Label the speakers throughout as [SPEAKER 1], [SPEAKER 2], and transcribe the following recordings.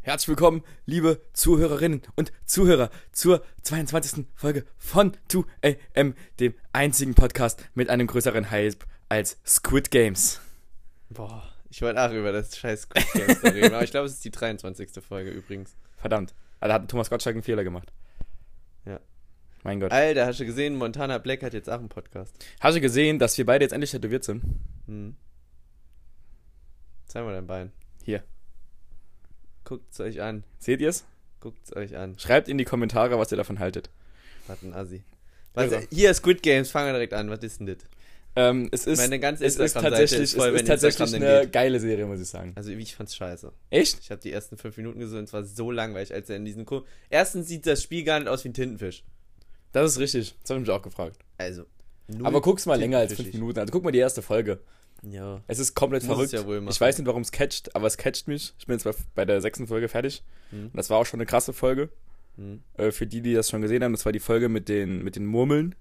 [SPEAKER 1] Herzlich willkommen, liebe Zuhörerinnen und Zuhörer, zur 22. Folge von 2AM, dem einzigen Podcast mit einem größeren Hype als Squid Games.
[SPEAKER 2] Boah, ich wollte auch über das scheiß Squid Game da reden, aber ich glaube, es ist die 23. Folge übrigens.
[SPEAKER 1] Verdammt, da hat Thomas Gottschalk einen Fehler gemacht.
[SPEAKER 2] Ja. Äh.
[SPEAKER 1] Mein Gott.
[SPEAKER 2] Alter, hast du gesehen, Montana Black hat jetzt auch einen Podcast.
[SPEAKER 1] Hast du gesehen, dass wir beide jetzt endlich tätowiert sind?
[SPEAKER 2] Hm. Zeig mal dein Bein.
[SPEAKER 1] Hier.
[SPEAKER 2] Guckt's euch an.
[SPEAKER 1] Seht ihr es?
[SPEAKER 2] Guckt's euch an.
[SPEAKER 1] Schreibt in die Kommentare, was ihr davon haltet.
[SPEAKER 2] Was ein Assi. Was,
[SPEAKER 1] Irre.
[SPEAKER 2] hier, Squid Games, fangen wir direkt an. Was ist denn das?
[SPEAKER 1] Ähm, es ist,
[SPEAKER 2] Meine ganze
[SPEAKER 1] es ist
[SPEAKER 2] Instagram-Seite
[SPEAKER 1] tatsächlich,
[SPEAKER 2] ist voll,
[SPEAKER 1] es
[SPEAKER 2] wenn
[SPEAKER 1] ist tatsächlich
[SPEAKER 2] Instagram
[SPEAKER 1] eine
[SPEAKER 2] dann geht.
[SPEAKER 1] geile Serie, muss ich sagen.
[SPEAKER 2] Also, ich fand's scheiße.
[SPEAKER 1] Echt?
[SPEAKER 2] Ich habe die ersten fünf Minuten gesehen und es war so langweilig, als er in diesen Ko Erstens sieht das Spiel gar nicht aus wie ein Tintenfisch.
[SPEAKER 1] Das ist richtig. Das habe ich mich auch gefragt.
[SPEAKER 2] Also. null
[SPEAKER 1] Aber guck's mal länger als fünf
[SPEAKER 2] tintenfischig.
[SPEAKER 1] Minuten. Also guck mal die erste Folge.
[SPEAKER 2] Ja.
[SPEAKER 1] Es ist komplett
[SPEAKER 2] Muss
[SPEAKER 1] verrückt.
[SPEAKER 2] es ja wohl machen.
[SPEAKER 1] ich weiß nicht, warum es catcht, aber es catcht mich. Ich bin jetzt bei, bei der sechsten Folge fertig.
[SPEAKER 2] Mhm.
[SPEAKER 1] Und das war auch schon eine krasse Folge.
[SPEAKER 2] Hm.
[SPEAKER 1] Äh, für die, die das schon gesehen haben, das war die Folge mit den, mit den Murmeln.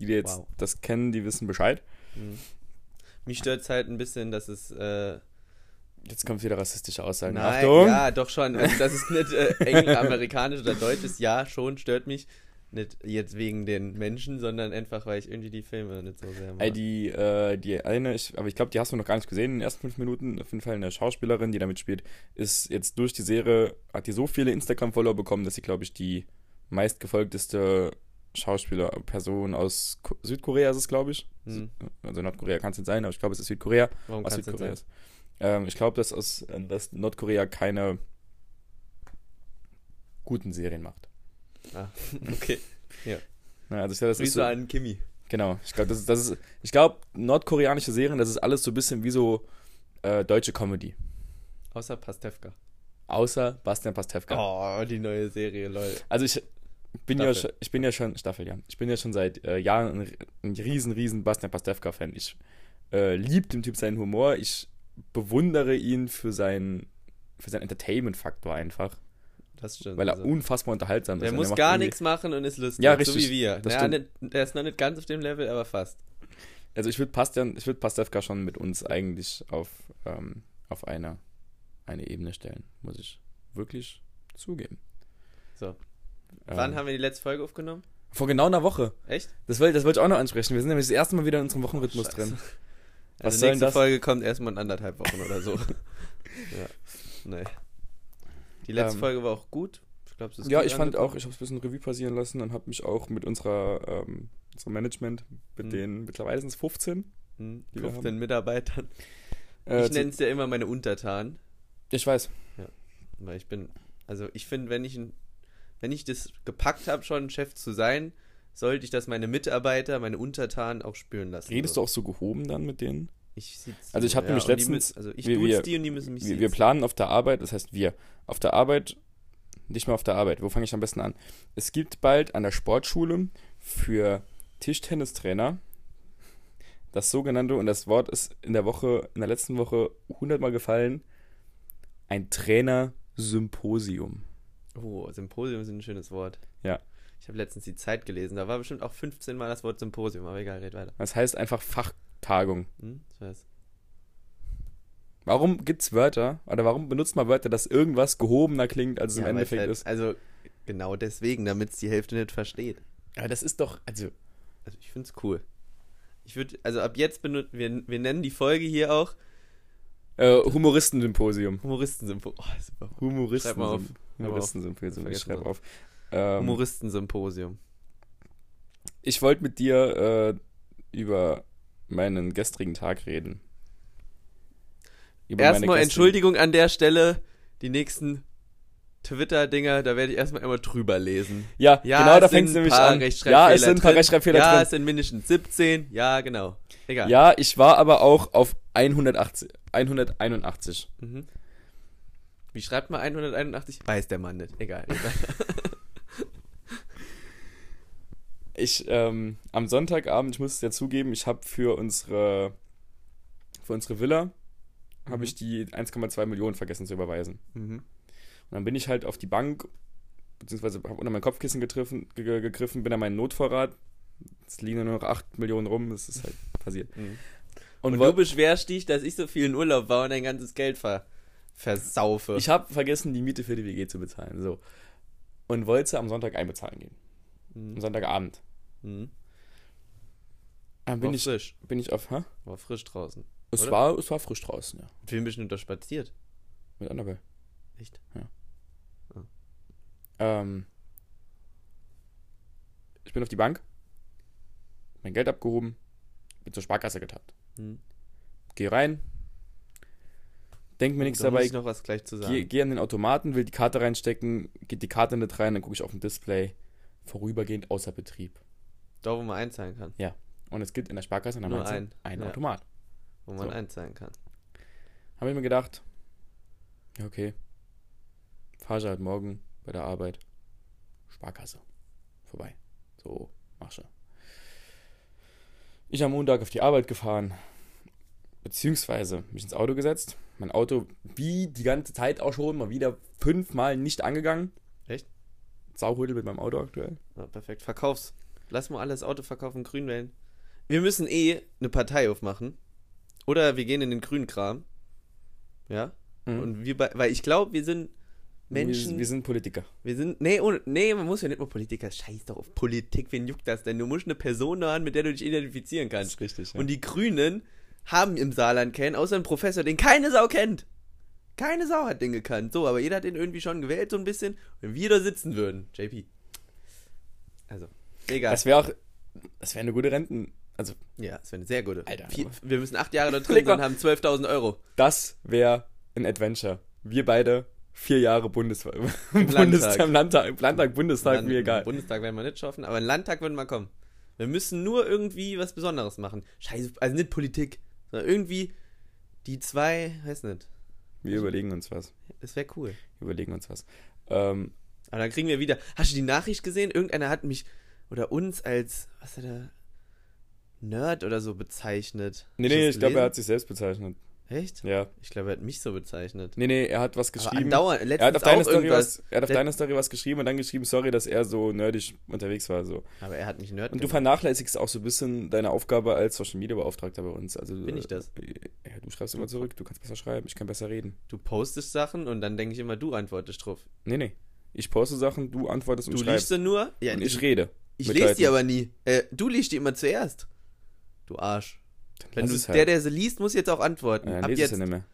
[SPEAKER 1] Die, die jetzt
[SPEAKER 2] Wow.
[SPEAKER 1] das kennen, die wissen Bescheid.
[SPEAKER 2] Mich stört's halt ein bisschen, dass es. Äh,
[SPEAKER 1] Jetzt kommt wieder rassistische Aussagen.
[SPEAKER 2] Nein,
[SPEAKER 1] Achtung!
[SPEAKER 2] ja, doch schon. Also, dass es nicht äh, englisch, amerikanisch oder deutsch ist, ja, schon, stört mich. Nicht jetzt wegen den Menschen, sondern einfach, weil ich irgendwie die Filme nicht so sehr mag.
[SPEAKER 1] Ey, die, äh, die eine, ich, aber ich glaube, die hast du noch gar nicht gesehen in den ersten fünf Minuten. Auf jeden Fall eine Schauspielerin, die damit spielt, ist jetzt durch die Serie, hat die so viele Instagram-Follower bekommen, dass sie, glaube ich, die meistgefolgteste Schauspielerperson aus Ko Südkorea ist es, glaube ich.
[SPEAKER 2] Hm.
[SPEAKER 1] Also Nordkorea kann es nicht sein, aber ich glaube, es ist Südkorea.
[SPEAKER 2] Warum
[SPEAKER 1] aus
[SPEAKER 2] kannst du das
[SPEAKER 1] Südkorea
[SPEAKER 2] sein?
[SPEAKER 1] ist. Ähm, ich glaube, dass, aus, äh, dass Nordkorea keine guten Serien macht.
[SPEAKER 2] Ah, okay.
[SPEAKER 1] Ne, Also ich glaube, das
[SPEAKER 2] Wie
[SPEAKER 1] ist
[SPEAKER 2] so
[SPEAKER 1] so,
[SPEAKER 2] an Kimi.
[SPEAKER 1] Genau, ich glaube, das ist, das ist, ich glaube, nordkoreanische Serien, das ist alles so ein bisschen wie so äh, deutsche Comedy.
[SPEAKER 2] Außer Pastewka.
[SPEAKER 1] Außer Bastian Pastewka.
[SPEAKER 2] Oh, die neue Serie, lol.
[SPEAKER 1] Also ich bin ja
[SPEAKER 2] Staffel.
[SPEAKER 1] schon, ich bin ja schon, Staffel, ja. Ich bin ja schon seit äh, Jahren ein, ein riesen, riesen Bastian Pastewka-Fan. Ich äh, liebe dem Typ seinen Humor. Ich bewundere ihn für seinen, für seinen Entertainment-Faktor einfach.
[SPEAKER 2] Das stimmt.
[SPEAKER 1] Weil er
[SPEAKER 2] Also,
[SPEAKER 1] unfassbar unterhaltsam
[SPEAKER 2] der
[SPEAKER 1] ist. und
[SPEAKER 2] muss
[SPEAKER 1] macht
[SPEAKER 2] gar
[SPEAKER 1] irgendwie-
[SPEAKER 2] nichts machen und ist lustig.
[SPEAKER 1] Ja,
[SPEAKER 2] So
[SPEAKER 1] richtig.
[SPEAKER 2] wie wir.
[SPEAKER 1] Das
[SPEAKER 2] Naja,
[SPEAKER 1] stimmt.
[SPEAKER 2] nicht, der ist noch nicht ganz auf dem Level, aber fast.
[SPEAKER 1] Also ich würde Bastian, ich würde Pastewka schon mit uns eigentlich auf, ähm, auf eine, eine Ebene stellen, muss ich wirklich zugeben.
[SPEAKER 2] So.
[SPEAKER 1] Ähm,
[SPEAKER 2] Wann haben wir die letzte Folge aufgenommen?
[SPEAKER 1] vor genau einer Woche.
[SPEAKER 2] Echt? Oh,
[SPEAKER 1] Das wollte das wollte ich auch noch ansprechen. Wir sind nämlich das erste Mal wieder in unserem Wochenrhythmus
[SPEAKER 2] Scheiße.
[SPEAKER 1] drin. Was
[SPEAKER 2] Also
[SPEAKER 1] soll denn
[SPEAKER 2] nächste
[SPEAKER 1] das?
[SPEAKER 2] Folge kommt erstmal in anderthalb Wochen oder so. ja. Nee. Die letzte
[SPEAKER 1] Ähm.
[SPEAKER 2] Folge war auch gut. Ich glaube, es ist
[SPEAKER 1] Ja,
[SPEAKER 2] gut
[SPEAKER 1] ich fand
[SPEAKER 2] angekommen.
[SPEAKER 1] auch, ich habe es ein bisschen Revue passieren lassen und habe mich auch mit unserer, ähm, unserem Management, mit
[SPEAKER 2] Mhm.
[SPEAKER 1] den mittlerweile sind es 15.
[SPEAKER 2] Hm,
[SPEAKER 1] die wir
[SPEAKER 2] 15 Mitarbeitern.
[SPEAKER 1] Äh,
[SPEAKER 2] ich
[SPEAKER 1] zu-
[SPEAKER 2] nenne es ja immer meine Untertanen,
[SPEAKER 1] ich weiß.
[SPEAKER 2] weil ich bin, also ich finde, wenn ich ein, wenn ich das gepackt habe, schon Chef zu sein, sollte ich das meine Mitarbeiter, meine Untertanen auch spüren lassen.
[SPEAKER 1] Redest du auch so gehoben dann mit denen?
[SPEAKER 2] Ich sieht's
[SPEAKER 1] Also ich hab
[SPEAKER 2] so,
[SPEAKER 1] nämlich
[SPEAKER 2] und die
[SPEAKER 1] letztens-
[SPEAKER 2] müssen- also ich
[SPEAKER 1] wir-
[SPEAKER 2] duze
[SPEAKER 1] wir-
[SPEAKER 2] die und die müssen mich
[SPEAKER 1] wir,
[SPEAKER 2] siezen.
[SPEAKER 1] wir planen auf der Arbeit, das heißt wir, auf der Arbeit, nicht mal auf der Arbeit, wo fange ich am besten an? Es gibt bald an der Sportschule für Tischtennistrainer das sogenannte, und das Wort ist in der Woche, in der letzten Woche hundertmal gefallen, ein Trainersymposium.
[SPEAKER 2] Oh, Symposium ist ein schönes Wort.
[SPEAKER 1] Ja.
[SPEAKER 2] Ich habe letztens die Zeit gelesen, da war bestimmt auch 15 Mal das Wort Symposium, aber egal, red weiter.
[SPEAKER 1] Das heißt einfach Fachtagung.
[SPEAKER 2] Hm? Ich weiß.
[SPEAKER 1] Warum gibt es Wörter, oder warum benutzt man Wörter, dass irgendwas gehobener klingt, als es
[SPEAKER 2] Ja,
[SPEAKER 1] im
[SPEAKER 2] weil's
[SPEAKER 1] Endeffekt
[SPEAKER 2] halt,
[SPEAKER 1] ist?
[SPEAKER 2] Also genau deswegen, damit es die Hälfte nicht versteht.
[SPEAKER 1] Aber das ist doch, also,
[SPEAKER 2] Also ich find's cool. Ich würde, also ab jetzt benutzen, wir, wir nennen die Folge hier auch
[SPEAKER 1] äh, Humoristensymposium.
[SPEAKER 2] Humoristensympo oh, super.
[SPEAKER 1] Humoristen.
[SPEAKER 2] Schreib mal auf.
[SPEAKER 1] sind-
[SPEAKER 2] mal auf.
[SPEAKER 1] Humoristen sind Pilze. Ich
[SPEAKER 2] Vergessen
[SPEAKER 1] schreib
[SPEAKER 2] wir.
[SPEAKER 1] auf. Ähm,
[SPEAKER 2] Humoristensymposium.
[SPEAKER 1] ich wollte mit dir äh, über meinen gestrigen Tag reden. Über meine
[SPEAKER 2] Erstmal
[SPEAKER 1] gestrigen-
[SPEAKER 2] Entschuldigung an der Stelle, die nächsten Twitter-Dinger, da werde ich erstmal immer drüber lesen.
[SPEAKER 1] Ja,
[SPEAKER 2] Ja,
[SPEAKER 1] genau, da
[SPEAKER 2] es sind
[SPEAKER 1] fängst
[SPEAKER 2] ein
[SPEAKER 1] du nämlich
[SPEAKER 2] paar
[SPEAKER 1] an.
[SPEAKER 2] Rechtschreibfehler
[SPEAKER 1] Ja, es sind ein paar
[SPEAKER 2] drin.
[SPEAKER 1] Rechtschreibfehler
[SPEAKER 2] ja,
[SPEAKER 1] drin.
[SPEAKER 2] es sind mindestens 17. Ja, genau. Egal.
[SPEAKER 1] Ja, ich war aber auch auf 180, 181.
[SPEAKER 2] Mhm. Wie schreibt man 181? Weiß der Mann nicht. Egal.
[SPEAKER 1] Ich, ähm, am Sonntagabend, ich muss es ja zugeben, ich habe für unsere, für unsere Villa, habe ich die 1,2 Millionen vergessen zu überweisen.
[SPEAKER 2] mhm.
[SPEAKER 1] Und dann bin ich halt auf die Bank, beziehungsweise habe unter mein Kopfkissen getriffen, ge ge- gegriffen, bin an meinen Notvorrat. Es liegen nur noch 8 Millionen rum, das ist halt passiert.
[SPEAKER 2] Mhm.
[SPEAKER 1] Und,
[SPEAKER 2] Und
[SPEAKER 1] wo-
[SPEAKER 2] du beschwerst dich, dass ich so viel in Urlaub war und dein ganzes Geld ver versaufe.
[SPEAKER 1] Ich habe vergessen, die Miete für die WG zu bezahlen. So. Und wollte am Sonntag einbezahlen gehen. Am
[SPEAKER 2] Mhm.
[SPEAKER 1] Sonntagabend.
[SPEAKER 2] Mhm.
[SPEAKER 1] Dann
[SPEAKER 2] War
[SPEAKER 1] bin ich,
[SPEAKER 2] frisch.
[SPEAKER 1] bin ich auf. Hä?
[SPEAKER 2] War frisch draußen.
[SPEAKER 1] Es
[SPEAKER 2] Oder?
[SPEAKER 1] war, es war frisch draußen, ja.
[SPEAKER 2] Mit wem bist du denn da spaziert?
[SPEAKER 1] Mit Annabelle.
[SPEAKER 2] Echt?
[SPEAKER 1] Ähm, ich bin auf die Bank, mein Geld abgehoben, bin zur Sparkasse getappt.
[SPEAKER 2] Mhm.
[SPEAKER 1] Geh rein, denk mir nichts
[SPEAKER 2] da muss
[SPEAKER 1] dabei,
[SPEAKER 2] ich noch was gleich zu sagen.
[SPEAKER 1] geh, geh an den Automaten, will die Karte reinstecken, geht die Karte nicht rein, dann gucke ich auf dem Display, vorübergehend außer Betrieb.
[SPEAKER 2] Da, wo man einzahlen kann.
[SPEAKER 1] Und es gibt in der Sparkasse in der
[SPEAKER 2] Nur
[SPEAKER 1] Mainzer
[SPEAKER 2] ein.
[SPEAKER 1] einen
[SPEAKER 2] Ja.
[SPEAKER 1] Automat.
[SPEAKER 2] Wo man
[SPEAKER 1] So.
[SPEAKER 2] einzahlen kann.
[SPEAKER 1] Habe ich mir gedacht, ja okay, fahr ich halt morgen bei der Arbeit, Sparkasse, vorbei. So, mach schon. Ich am Montag auf die Arbeit gefahren, beziehungsweise mich ins Auto gesetzt. Mein Auto, wie die ganze Zeit auch schon, mal wieder fünfmal nicht angegangen.
[SPEAKER 2] Echt?
[SPEAKER 1] Sauhudel mit meinem Auto aktuell.
[SPEAKER 2] Ja, perfekt. Verkauf's. Lass mal alles Auto verkaufen, grün wählen. Wir müssen eh eine Partei aufmachen. Oder wir gehen in den grünen Kram. Ja?
[SPEAKER 1] Und
[SPEAKER 2] Und wir bei, weil ich glaube, wir sind Menschen.
[SPEAKER 1] Mhm. Wir, wir sind Politiker.
[SPEAKER 2] Wir sind. Nee, ohne, nee, man muss ja nicht mal Politiker. Scheiß doch auf Politik, wen juckt das denn? Du musst eine Person haben, mit der du dich identifizieren kannst.
[SPEAKER 1] richtig.
[SPEAKER 2] Und die Grünen haben im Saarland keinen, außer einen Professor, den keine Sau kennt. Keine Sau hat den gekannt. So, aber jeder hat den irgendwie schon gewählt, so ein bisschen. Wenn wir da sitzen würden, JP. Also, egal.
[SPEAKER 1] das wäre auch, das wäre eine gute Renten. Also,
[SPEAKER 2] ja, das wäre eine sehr gute.
[SPEAKER 1] Alter.
[SPEAKER 2] Vier, wir müssen acht Jahre dort drin sein und haben 12.000 Euro.
[SPEAKER 1] Das wäre ein Adventure. Wir beide vier Jahre Bundes Im Bundestag,
[SPEAKER 2] Landtag.
[SPEAKER 1] im Landtag, im Landtag, Bundestag,
[SPEAKER 2] Land-
[SPEAKER 1] mir egal.
[SPEAKER 2] Bundestag werden wir nicht schaffen, aber einen Landtag würden wir kommen. Wir müssen nur irgendwie was Besonderes machen. Scheiße, also nicht Politik, sondern irgendwie die zwei, weiß nicht.
[SPEAKER 1] Wir überlegen uns was.
[SPEAKER 2] Das wäre cool.
[SPEAKER 1] Wir überlegen uns was. Ähm,
[SPEAKER 2] Aber dann kriegen wir wieder. Hast du die Nachricht gesehen? Irgendeiner hat mich oder uns als, was hat er, Nerd oder so bezeichnet.
[SPEAKER 1] nee,
[SPEAKER 2] Hast du
[SPEAKER 1] nee,
[SPEAKER 2] das
[SPEAKER 1] ich glaube, er hat
[SPEAKER 2] gelesen?
[SPEAKER 1] sich selbst bezeichnet.
[SPEAKER 2] Echt?
[SPEAKER 1] Ja.
[SPEAKER 2] Ich glaube, er hat mich so bezeichnet.
[SPEAKER 1] Nee, nee, er hat was
[SPEAKER 2] Aber
[SPEAKER 1] geschrieben.
[SPEAKER 2] andauernd,
[SPEAKER 1] Er hat, auf
[SPEAKER 2] letztens
[SPEAKER 1] deine
[SPEAKER 2] auch
[SPEAKER 1] Story
[SPEAKER 2] irgendwas.
[SPEAKER 1] was, er hat auf
[SPEAKER 2] Let-
[SPEAKER 1] deine Story was geschrieben und dann geschrieben, sorry, dass er so nerdig unterwegs war. So.
[SPEAKER 2] Aber er hat mich Nerd
[SPEAKER 1] Und du
[SPEAKER 2] genannt.
[SPEAKER 1] vernachlässigst auch so ein bisschen deine Aufgabe als Social Media Beauftragter bei uns. Also,
[SPEAKER 2] Bin ich das?
[SPEAKER 1] äh, Ja, du schreibst immer zurück, du kannst besser schreiben, ich kann besser reden.
[SPEAKER 2] Du postest Sachen und dann denke ich immer, du antwortest drauf.
[SPEAKER 1] Nee, nee. Ich poste Sachen, du antwortest und
[SPEAKER 2] Du liest
[SPEAKER 1] schreibst.
[SPEAKER 2] sie nur. Ja,
[SPEAKER 1] Und ich rede.
[SPEAKER 2] Ich
[SPEAKER 1] Mit
[SPEAKER 2] lese
[SPEAKER 1] Leuten.
[SPEAKER 2] die aber nie. Äh, du liest die immer zuerst. Du Arsch. Wenn
[SPEAKER 1] lass
[SPEAKER 2] du,
[SPEAKER 1] es halt.
[SPEAKER 2] Der, der sie liest, muss jetzt auch antworten.
[SPEAKER 1] Ja,
[SPEAKER 2] Ab
[SPEAKER 1] dann Äh, lese ich
[SPEAKER 2] jetzt.
[SPEAKER 1] sie nicht mehr.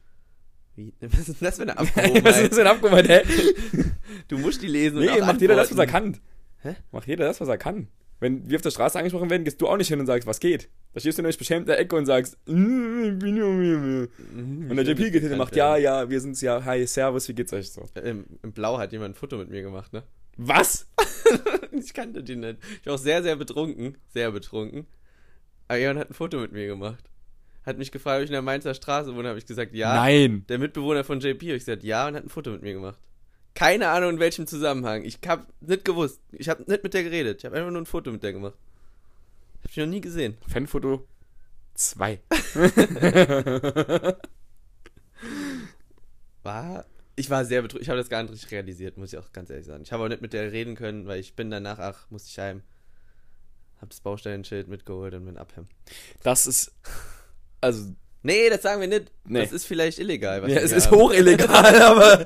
[SPEAKER 2] Wie, was ist denn das für eine
[SPEAKER 1] Was ist
[SPEAKER 2] Abgehobenheit?
[SPEAKER 1] denn abgemeint, hä?
[SPEAKER 2] du musst die lesen und
[SPEAKER 1] Nee,
[SPEAKER 2] auch
[SPEAKER 1] macht jeder das, was er
[SPEAKER 2] antworten.
[SPEAKER 1] kann.
[SPEAKER 2] Hä?
[SPEAKER 1] Macht jeder das, was er kann. Wenn wir auf der Straße angesprochen werden, gehst du auch nicht hin und sagst, was geht. Da stehst du nämlich beschämt in der Ecke und sagst, "Mm, bin nur mir, mir."
[SPEAKER 2] Mhm,
[SPEAKER 1] und der
[SPEAKER 2] ich will
[SPEAKER 1] JP geht hin und
[SPEAKER 2] bekannt
[SPEAKER 1] macht, ja,
[SPEAKER 2] werden.
[SPEAKER 1] ja, wir sind's ja, hi, servus, wie geht's euch so?
[SPEAKER 2] Ähm, Hm, Im Blau hat jemand ein Foto mit mir gemacht, ne?
[SPEAKER 1] Was?
[SPEAKER 2] ich kannte den nicht. Ich war auch sehr, sehr betrunken. Sehr betrunken. Aber jemand hat ein Foto mit mir gemacht. Hat mich gefragt, ob ich in der Mainzer Straße wohne. Habe ich gesagt, ja.
[SPEAKER 1] Nein.
[SPEAKER 2] Der Mitbewohner von JP habe ich gesagt, ja, und hat ein Foto mit mir gemacht. Keine Ahnung, in welchem Zusammenhang. Ich habe nicht gewusst. Ich habe nicht mit der geredet. Ich habe einfach nur ein Foto mit der gemacht. Hab ich noch nie gesehen.
[SPEAKER 1] Fanfoto 2.
[SPEAKER 2] War. Ich war sehr betrübt. Ich habe das gar nicht richtig realisiert, muss ich auch ganz ehrlich sagen. Ich habe auch nicht mit der reden können, weil ich bin danach, ach, musste ich heim. Hab das Baustellenschild mitgeholt und bin abhemmen.
[SPEAKER 1] Das ist, also,
[SPEAKER 2] Nee, das sagen wir nicht.
[SPEAKER 1] Nee.
[SPEAKER 2] Das ist vielleicht illegal.
[SPEAKER 1] ja,
[SPEAKER 2] wir
[SPEAKER 1] es
[SPEAKER 2] hier
[SPEAKER 1] ist
[SPEAKER 2] haben.
[SPEAKER 1] hoch illegal, aber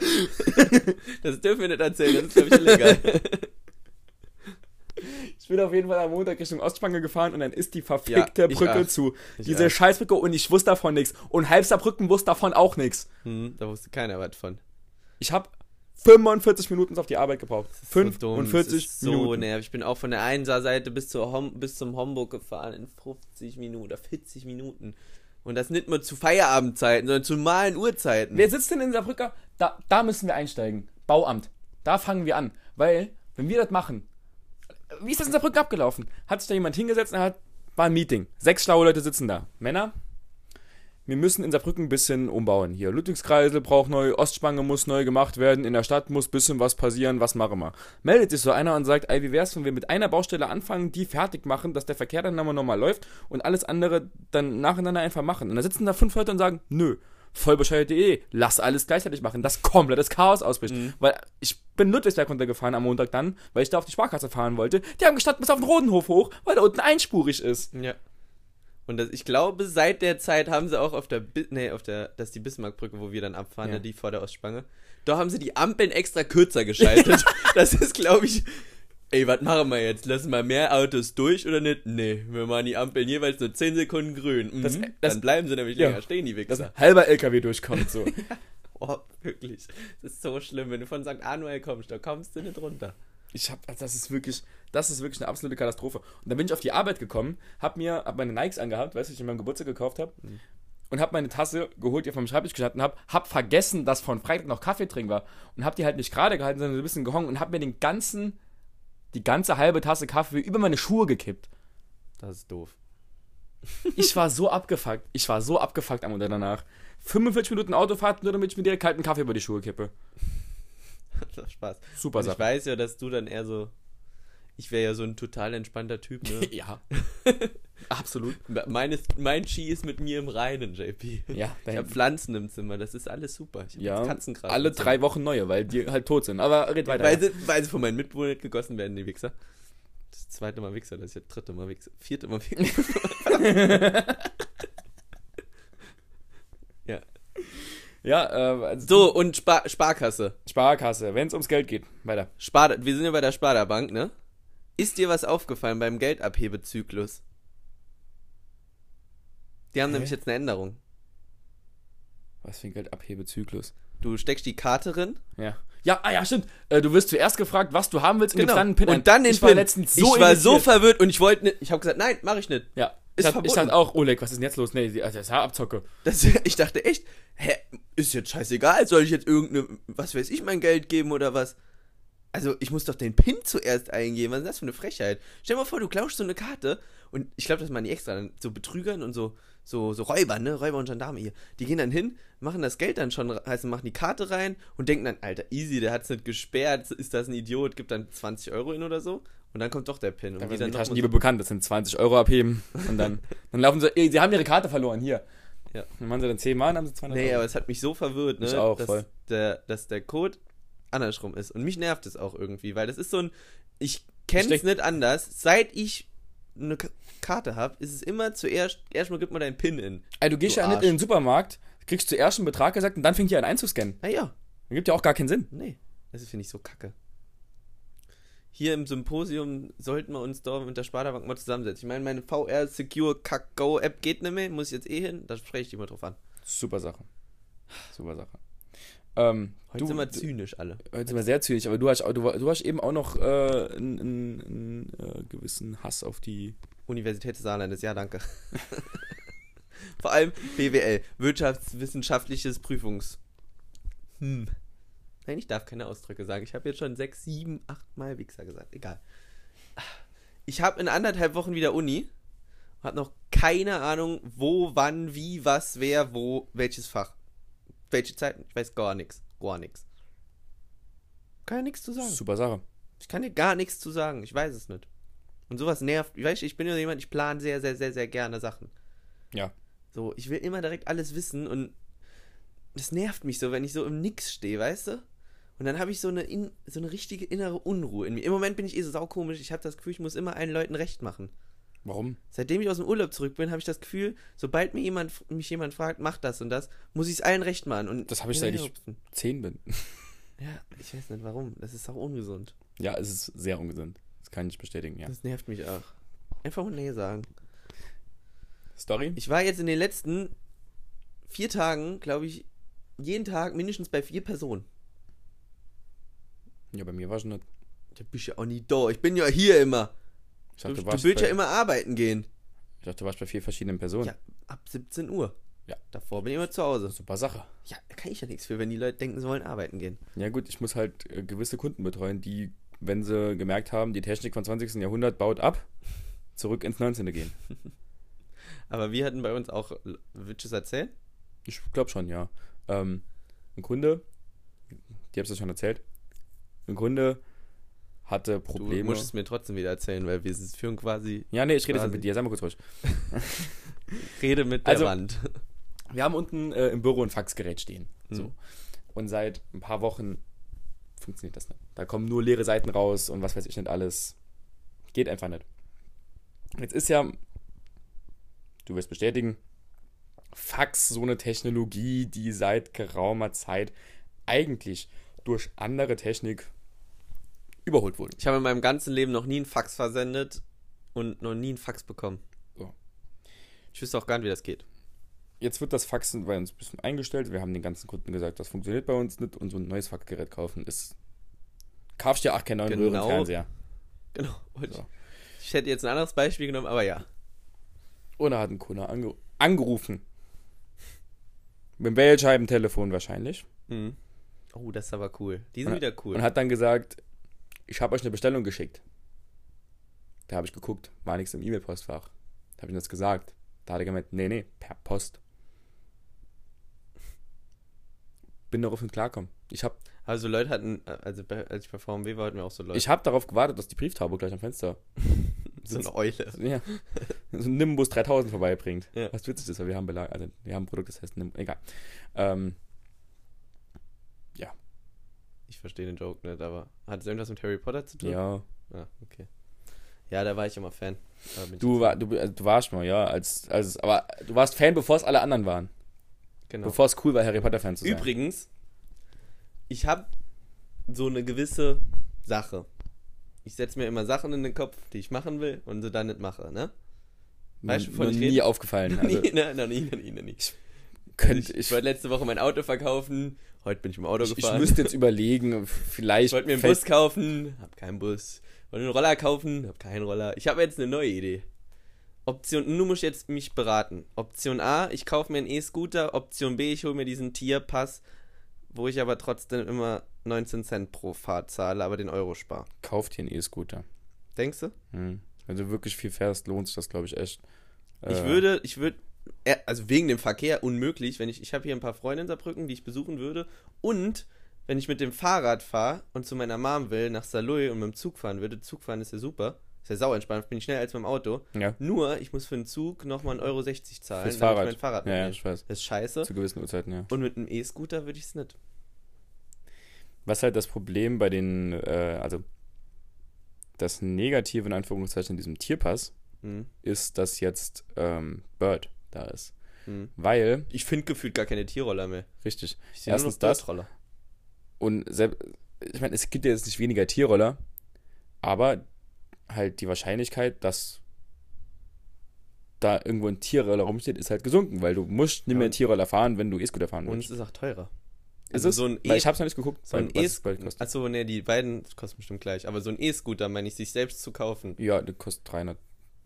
[SPEAKER 2] Das dürfen wir nicht erzählen. Das ist, glaube ich, illegal.
[SPEAKER 1] ich bin auf jeden Fall am Montag Richtung Ostspange gefahren und dann ist die verfickte
[SPEAKER 2] Ja, ich
[SPEAKER 1] Brücke
[SPEAKER 2] auch.
[SPEAKER 1] zu.
[SPEAKER 2] Ich
[SPEAKER 1] Diese
[SPEAKER 2] auch.
[SPEAKER 1] Scheißbrücke und ich wusste davon nichts. Und Halbsterbrücken wusste davon auch nichts.
[SPEAKER 2] hm, da wusste keiner was von.
[SPEAKER 1] Ich habe 45 Minuten auf die Arbeit gebraucht.
[SPEAKER 2] so dumm,
[SPEAKER 1] 45
[SPEAKER 2] es ist so ne-
[SPEAKER 1] Minuten.
[SPEAKER 2] nervig. Ich bin auch von der einen Seite bis, zur Hom bis zum Homburg gefahren in 50 Minuten oder 40 Minuten. Und das nicht nur zu Feierabendzeiten, sondern zu normalen Uhrzeiten.
[SPEAKER 1] Wer sitzt denn in Saarbrücker? Da, da müssen wir einsteigen. Bauamt. Da fangen wir an. Weil, wenn wir das machen, wie ist das in Saarbrücken abgelaufen? Hat sich da jemand hingesetzt und hat, war ein Meeting. Sechs schlaue Leute sitzen da. Männer, wir müssen in Saarbrücken ein bisschen umbauen. Hier, Ludwigskreisel braucht neu, Ostspange muss neu gemacht werden, in der Stadt muss ein bisschen was passieren, was machen wir? Meldet sich so einer und sagt, ey, wie wär's, wenn wir mit einer Baustelle anfangen, die fertig machen, dass der Verkehr dann nochmal normal läuft und alles andere dann nacheinander einfach machen. Und da sitzen da fünf Leute und sagen, nö, vollbescheuert.de, lass alles gleichzeitig machen, dass komplettes Chaos ausbricht. Weil ich bin Ludwigsberg runtergefahren am Montag dann, weil ich da auf die Sparkasse fahren wollte. Die haben gestanden bis auf den Rodenhof hoch, weil da unten einspurig ist.
[SPEAKER 2] Ja. Und das, ich glaube, seit der Zeit haben sie auch auf der, Bi- nee, auf der, das ist die Bismarckbrücke, wo wir dann abfahren,
[SPEAKER 1] Ja.
[SPEAKER 2] ne, die vor der Ostspange. Da haben sie die Ampeln extra kürzer geschaltet. das ist, glaube ich, ey, was machen wir jetzt? Lassen wir mehr Autos durch oder nicht? Nee, wir machen die Ampeln jeweils nur 10 Sekunden grün. Mhm.
[SPEAKER 1] Das- das-
[SPEAKER 2] dann bleiben sie nämlich
[SPEAKER 1] ja.
[SPEAKER 2] länger stehen, die
[SPEAKER 1] Dass
[SPEAKER 2] Wichser.
[SPEAKER 1] ein halber LKW durchkommt, so.
[SPEAKER 2] Oh, wirklich. Das ist so schlimm. Wenn du von St. Anuel kommst, da kommst du nicht runter.
[SPEAKER 1] Ich hab, also das ist wirklich, das ist wirklich eine absolute Katastrophe. Und dann bin ich auf die Arbeit gekommen, hab mir, hab meine Nikes angehabt, weißt du, die ich in meinem Geburtstag gekauft habe,
[SPEAKER 2] Mhm.
[SPEAKER 1] und hab meine Tasse geholt, die auf meinem Schreibtisch gestanden hab, hab vergessen, dass von Freitag noch Kaffee trinken war und hab die halt nicht gerade gehalten, sondern so ein bisschen gehongen und hab mir den ganzen, die ganze halbe Tasse Kaffee über meine Schuhe gekippt.
[SPEAKER 2] Das ist doof.
[SPEAKER 1] Ich war so abgefuckt, ich war so abgefuckt am Unter danach. 45 Minuten Autofahrt, nur damit ich mir dir kalten Kaffee über die Schuhe kippe.
[SPEAKER 2] Das macht Spaß.
[SPEAKER 1] Super
[SPEAKER 2] Und ich
[SPEAKER 1] Sache.
[SPEAKER 2] weiß ja, dass du dann eher so. Ich wäre ja so ein total entspannter Typ, ne?
[SPEAKER 1] Ja. Absolut.
[SPEAKER 2] Meine, mein Ski ist mit mir im Reinen, JP.
[SPEAKER 1] Ja,
[SPEAKER 2] Ich habe Pflanzen im Zimmer, das ist alles super. Ich hab
[SPEAKER 1] Ja,
[SPEAKER 2] jetzt Katzengras
[SPEAKER 1] alle
[SPEAKER 2] im Zimmer.
[SPEAKER 1] drei Wochen neue, weil die halt tot sind. Aber red weiter.
[SPEAKER 2] Weil sie, weil sie von meinen Mitbewohnern nicht gegossen werden, die Wichser. Das zweite Mal Wichser, das ist jetzt dritte Mal Wichser. Vierte Mal Wichser. ja.
[SPEAKER 1] ja, äh, also
[SPEAKER 2] So, und Spar Sparkasse.
[SPEAKER 1] Sparkasse, wenn es ums Geld geht. Weiter.
[SPEAKER 2] Spar wir sind ja bei der Sparda Bank, ne? Ist dir was aufgefallen beim Geldabhebezyklus? Die haben
[SPEAKER 1] Hä?
[SPEAKER 2] nämlich jetzt eine Änderung.
[SPEAKER 1] Was für ein Geldabhebezyklus.
[SPEAKER 2] Du steckst die Karte drin
[SPEAKER 1] Ja. Ja, ah, ja, stimmt. Äh, du wirst zuerst gefragt, was du haben willst, und gibst dann einen Pin ein.
[SPEAKER 2] Genau. und dann den
[SPEAKER 1] ich
[SPEAKER 2] Pin.
[SPEAKER 1] War letztens so
[SPEAKER 2] ich war so
[SPEAKER 1] irritiert.
[SPEAKER 2] verwirrt und ich wollte nicht. Ich habe gesagt, nein, mache ich nicht.
[SPEAKER 1] Ja. Ich
[SPEAKER 2] Ist
[SPEAKER 1] dachte, ich
[SPEAKER 2] verboten.
[SPEAKER 1] dachte auch, Oleg, was ist denn jetzt los? Nee, die- also das ist ja Abzocke.
[SPEAKER 2] Das, ich dachte echt, hä, ist jetzt scheißegal, soll ich jetzt irgendeine, was weiß ich, mein Geld geben oder was? Also, ich muss doch den PIN zuerst eingeben. Was ist das für eine Frechheit? Stell dir mal vor, du klauschst so eine Karte und ich glaube, das machen die extra dann so Betrügern und so so so Räubern, ne? Räuber und Gendarme hier. Die gehen dann hin, machen das Geld dann schon, re- also machen die Karte rein und denken dann, Alter, easy, der hat's nicht gesperrt, ist das ein Idiot, gibt dann 20 Euro hin oder so und dann kommt doch der PIN. Und
[SPEAKER 1] Da
[SPEAKER 2] die
[SPEAKER 1] sind die
[SPEAKER 2] noch mal so-
[SPEAKER 1] Taschendiebe bekannt, das sind 20 Euro abheben. Und dann, dann laufen sie, ey, sie haben ihre Karte verloren, hier.
[SPEAKER 2] Ja.
[SPEAKER 1] Dann machen sie dann 10 Mal und haben sie 200
[SPEAKER 2] Nee,
[SPEAKER 1] Euro.
[SPEAKER 2] aber es hat mich so verwirrt, ne?
[SPEAKER 1] Mich auch,
[SPEAKER 2] dass,
[SPEAKER 1] voll.
[SPEAKER 2] Der, dass der Code andersrum ist. Und mich nervt es auch irgendwie, weil das ist so ein. Ich
[SPEAKER 1] Ich
[SPEAKER 2] kenne es
[SPEAKER 1] denk-
[SPEAKER 2] nicht anders. Seit ich eine K Karte habe, ist es immer zuerst. Erstmal gibt man deinen PIN in.
[SPEAKER 1] Ey, du gehst
[SPEAKER 2] Du
[SPEAKER 1] ja nicht
[SPEAKER 2] Arsch.
[SPEAKER 1] in den Supermarkt, kriegst zuerst einen Betrag gesagt und dann fängt ihr an einzuscannen.
[SPEAKER 2] Naja,
[SPEAKER 1] Das gibt ja auch gar keinen Sinn.
[SPEAKER 2] Ah nee. Das finde ich so kacke. Hier im Symposium sollten wir uns da mit der Sparda-Bank mal zusammensetzen. Ich meine, meine VR Secure Kack Go App geht nicht mehr, muss ich jetzt eh hin, da spreche ich dich mal drauf an.
[SPEAKER 1] Super Sache. Super Sache. Ähm,
[SPEAKER 2] Heute
[SPEAKER 1] du,
[SPEAKER 2] sind wir
[SPEAKER 1] du-
[SPEAKER 2] zynisch alle.
[SPEAKER 1] heute sind wir sehr zynisch, aber du hast, au- du, war- du hast eben auch noch äh, einen, einen, einen äh, gewissen Hass auf die.
[SPEAKER 2] Universität des Saarlandes, ja, danke. Vor allem BWL, Wirtschaftswissenschaftliches Prüfungs. Hm. Nein, ich darf keine Ausdrücke sagen. Ich habe jetzt schon sechs, sieben, acht Mal Wichser gesagt. Egal. Ich habe in anderthalb Wochen wieder Uni. Hab noch keine Ahnung, wo, wann, wie, was, wer, wo, welches Fach. Welche Zeiten? Ich weiß gar nichts. Gar nichts. Kann ja nichts zu sagen.
[SPEAKER 1] Super Sache.
[SPEAKER 2] Ich kann dir gar nichts zu sagen. Ich weiß es nicht. Und sowas nervt. Weißt du, ich bin ja jemand, ich plane sehr, sehr, sehr, sehr gerne Sachen.
[SPEAKER 1] Ja.
[SPEAKER 2] So, ich will immer direkt alles wissen und das nervt mich so, wenn ich so im Nix stehe, weißt du? Und dann habe ich so eine, in, so eine richtige innere Unruhe in mir. Im Moment bin ich eh so saukomisch. Ich habe das Gefühl, ich muss immer allen Leuten recht machen.
[SPEAKER 1] Warum?
[SPEAKER 2] Seitdem ich aus dem Urlaub zurück bin, habe ich das Gefühl, sobald mir jemand, mich jemand fragt, mach das und das, muss ich es allen recht machen. Und
[SPEAKER 1] Das habe ich seit ich-
[SPEAKER 2] Hupfen.
[SPEAKER 1] Zehn bin.
[SPEAKER 2] Ja, ich weiß nicht warum. Das ist auch ungesund.
[SPEAKER 1] Ja, es ist sehr ungesund. Das kann ich bestätigen, ja.
[SPEAKER 2] Das nervt mich auch. Einfach mal Nee sagen.
[SPEAKER 1] Story?
[SPEAKER 2] Ich war jetzt in den letzten vier Tagen, glaube ich, jeden Tag mindestens bei vier Personen.
[SPEAKER 1] Ja, bei mir war schon nicht.
[SPEAKER 2] Da bist ja auch nie da. Ich bin ja hier immer.
[SPEAKER 1] Ich
[SPEAKER 2] Du,
[SPEAKER 1] dachte,
[SPEAKER 2] du
[SPEAKER 1] du, warst
[SPEAKER 2] willst
[SPEAKER 1] bei,
[SPEAKER 2] ja immer arbeiten gehen.
[SPEAKER 1] ich dachte, du warst bei vier verschiedenen Personen.
[SPEAKER 2] Ja, ab 17 Uhr.
[SPEAKER 1] Ja.
[SPEAKER 2] Davor bin ich immer zu Hause.
[SPEAKER 1] Super Sache.
[SPEAKER 2] Ja, da kann ich ja nichts für, wenn die Leute denken, sie wollen arbeiten gehen.
[SPEAKER 1] Ja gut, ich muss halt äh, gewisse Kunden betreuen, die, wenn sie gemerkt haben, die Technik vom 20. Jahrhundert baut ab, zurück ins 19. gehen.
[SPEAKER 2] Aber wir hatten bei uns auch, willst du es erzählen?
[SPEAKER 1] Ich glaube schon, ja. Ähm, ein Kunde, die hab's ja schon erzählt, ein Kunde hatte
[SPEAKER 2] Du
[SPEAKER 1] Probleme.
[SPEAKER 2] musst es mir trotzdem wieder erzählen, weil wir führen quasi
[SPEAKER 1] ja, nee, ich rede jetzt
[SPEAKER 2] quasi.
[SPEAKER 1] nicht mit dir, sei mal kurz ruhig.
[SPEAKER 2] Rede mit der
[SPEAKER 1] Also-
[SPEAKER 2] Wand.
[SPEAKER 1] Wir haben unten äh, im Büro ein Faxgerät stehen.
[SPEAKER 2] Mhm.
[SPEAKER 1] So. Und seit ein paar Wochen funktioniert das nicht. Da kommen nur leere Seiten raus und was weiß ich nicht alles. Geht einfach nicht. Jetzt ist ja du wirst bestätigen, Fax so eine Technologie, die seit geraumer Zeit eigentlich durch andere Technik überholt wurde.
[SPEAKER 2] Ich habe in meinem ganzen Leben noch nie einen Fax versendet und noch nie einen Fax bekommen.
[SPEAKER 1] Ja.
[SPEAKER 2] Ich wüsste auch gar nicht, wie das geht.
[SPEAKER 1] Jetzt wird das Faxen bei uns ein bisschen eingestellt. Wir haben den ganzen Kunden gesagt, das funktioniert bei uns nicht und so ein neues Faxgerät kaufen ist. Kaufst dir auch keinen neuen
[SPEAKER 2] Genau.
[SPEAKER 1] Röhrenfernseher.
[SPEAKER 2] Genau. Und
[SPEAKER 1] So.
[SPEAKER 2] Ich hätte jetzt ein anderes Beispiel genommen, aber ja.
[SPEAKER 1] Und er hat einen Kunde ange angerufen. Mit dem Wählscheibentelefon wahrscheinlich.
[SPEAKER 2] Oh, das ist aber cool. Die sind
[SPEAKER 1] Mhm. Und-
[SPEAKER 2] wieder cool.
[SPEAKER 1] Und hat dann gesagt, ich habe euch eine Bestellung geschickt. Da habe ich geguckt, war nichts im E-Mail-Postfach. Da habe ich ihm das gesagt. Da hat er gemeint, nee, nee, per Post. Bin darauf nicht klarkommen. Ich habe
[SPEAKER 2] also Leute hatten, also bei- als ich bei VMW war, hatten wir auch so Leute.
[SPEAKER 1] ich hab darauf gewartet, dass die Brieftaube gleich am Fenster
[SPEAKER 2] so eine Eule.
[SPEAKER 1] ja, so ein Nimbus 3000 vorbeibringt.
[SPEAKER 2] Ja.
[SPEAKER 1] Was witzig ist, weil wir haben Belag, also wir haben ein Produkt, das heißt Nimbus, egal. Ähm,
[SPEAKER 2] Ich verstehe den Joke nicht, aber hat es irgendwas mit Harry Potter zu tun?
[SPEAKER 1] ja.
[SPEAKER 2] Ah, okay. Ja, da war ich immer Fan. Da bin ich
[SPEAKER 1] Du,
[SPEAKER 2] jetzt-
[SPEAKER 1] war, du, also du warst mal, ja, als, als, aber du warst Fan, bevor es alle anderen waren.
[SPEAKER 2] genau.
[SPEAKER 1] Bevor es cool war, Harry Potter-Fan zu sein.
[SPEAKER 2] Übrigens, ich habe so eine gewisse Sache. Ich setze mir immer Sachen in den Kopf, die ich machen will und sie dann nicht mache, ne? weißt du,
[SPEAKER 1] Mir-
[SPEAKER 2] wovon
[SPEAKER 1] mir
[SPEAKER 2] ich
[SPEAKER 1] nie
[SPEAKER 2] rede?
[SPEAKER 1] aufgefallen.
[SPEAKER 2] Also,
[SPEAKER 1] Also,
[SPEAKER 2] nee, ne, noch nie, noch nie, noch nie. Also
[SPEAKER 1] könnte
[SPEAKER 2] ich
[SPEAKER 1] ich,
[SPEAKER 2] wollte letzte Woche mein Auto verkaufen, heute bin ich im Auto
[SPEAKER 1] ich, ich
[SPEAKER 2] gefahren.
[SPEAKER 1] müsste jetzt überlegen, vielleicht.
[SPEAKER 2] Ich wollte mir einen
[SPEAKER 1] fällt-
[SPEAKER 2] Bus kaufen, hab keinen Bus. Wollte einen Roller kaufen, hab keinen Roller. Ich habe jetzt eine neue Idee. Option, nun muss ich jetzt mich beraten. Option A, ich kaufe mir einen E-Scooter. Option B, ich hole mir diesen Tierpass, wo ich aber trotzdem immer 19 Cent pro Fahrt zahle, aber den Euro spare.
[SPEAKER 1] Kauf dir einen E-Scooter.
[SPEAKER 2] Denkst du?
[SPEAKER 1] Hm. Wenn du wirklich viel fährst, lohnt sich das, glaube ich, echt.
[SPEAKER 2] Ich
[SPEAKER 1] Äh,
[SPEAKER 2] würde, ich würde, äh, also wegen dem Verkehr unmöglich, wenn ich, ich habe hier ein paar Freunde in Saarbrücken, die ich besuchen würde und wenn ich mit dem Fahrrad fahre und zu meiner Mom will, nach Saloy und mit dem Zug fahren würde, Zugfahren ist ja super, ist ja sau entspannt, bin ich schneller als mit dem Auto,
[SPEAKER 1] Äh, Ja,
[SPEAKER 2] nur ich muss für den Zug nochmal 1,60 Euro zahlen,
[SPEAKER 1] fürs
[SPEAKER 2] damit
[SPEAKER 1] Fahrrad.
[SPEAKER 2] ich mein Fahrrad
[SPEAKER 1] ja, ja,
[SPEAKER 2] mitnehme. Hm?
[SPEAKER 1] ich weiß.
[SPEAKER 2] Das ist scheiße
[SPEAKER 1] Zu gewissen Uhrzeiten, ja.
[SPEAKER 2] und mit einem E-Scooter würde ich es nicht.
[SPEAKER 1] Was halt das Problem bei den, äh, also das Negative in Anführungszeichen in diesem Tierpass
[SPEAKER 2] Hm.
[SPEAKER 1] ist, dass jetzt ähm, Bird da ist.
[SPEAKER 2] Hm.
[SPEAKER 1] Weil,
[SPEAKER 2] Ich finde gefühlt gar keine Tierroller mehr.
[SPEAKER 1] richtig,
[SPEAKER 2] Ich sehe nur noch
[SPEAKER 1] Erstens das.
[SPEAKER 2] Dirtroller.
[SPEAKER 1] Und selb- ich meine, es gibt ja jetzt nicht weniger Tierroller, aber halt die Wahrscheinlichkeit, dass da irgendwo ein Tierroller rumsteht, ist halt gesunken, weil du musst nicht
[SPEAKER 2] Ja,
[SPEAKER 1] mehr
[SPEAKER 2] und-
[SPEAKER 1] E-Roller fahren, wenn du E-Scooter fahren
[SPEAKER 2] Und
[SPEAKER 1] willst.
[SPEAKER 2] es ist auch teurer.
[SPEAKER 1] Ist
[SPEAKER 2] also
[SPEAKER 1] es?
[SPEAKER 2] so ein
[SPEAKER 1] weil
[SPEAKER 2] E-
[SPEAKER 1] ich hab's noch nicht geguckt,
[SPEAKER 2] So ein
[SPEAKER 1] weil- was es bald
[SPEAKER 2] E-Scooter.
[SPEAKER 1] kostet.
[SPEAKER 2] Achso, ne, die beiden kosten bestimmt gleich. Aber so ein E-Scooter meine ich, sich selbst zu kaufen.
[SPEAKER 1] Ja, das kostet 300,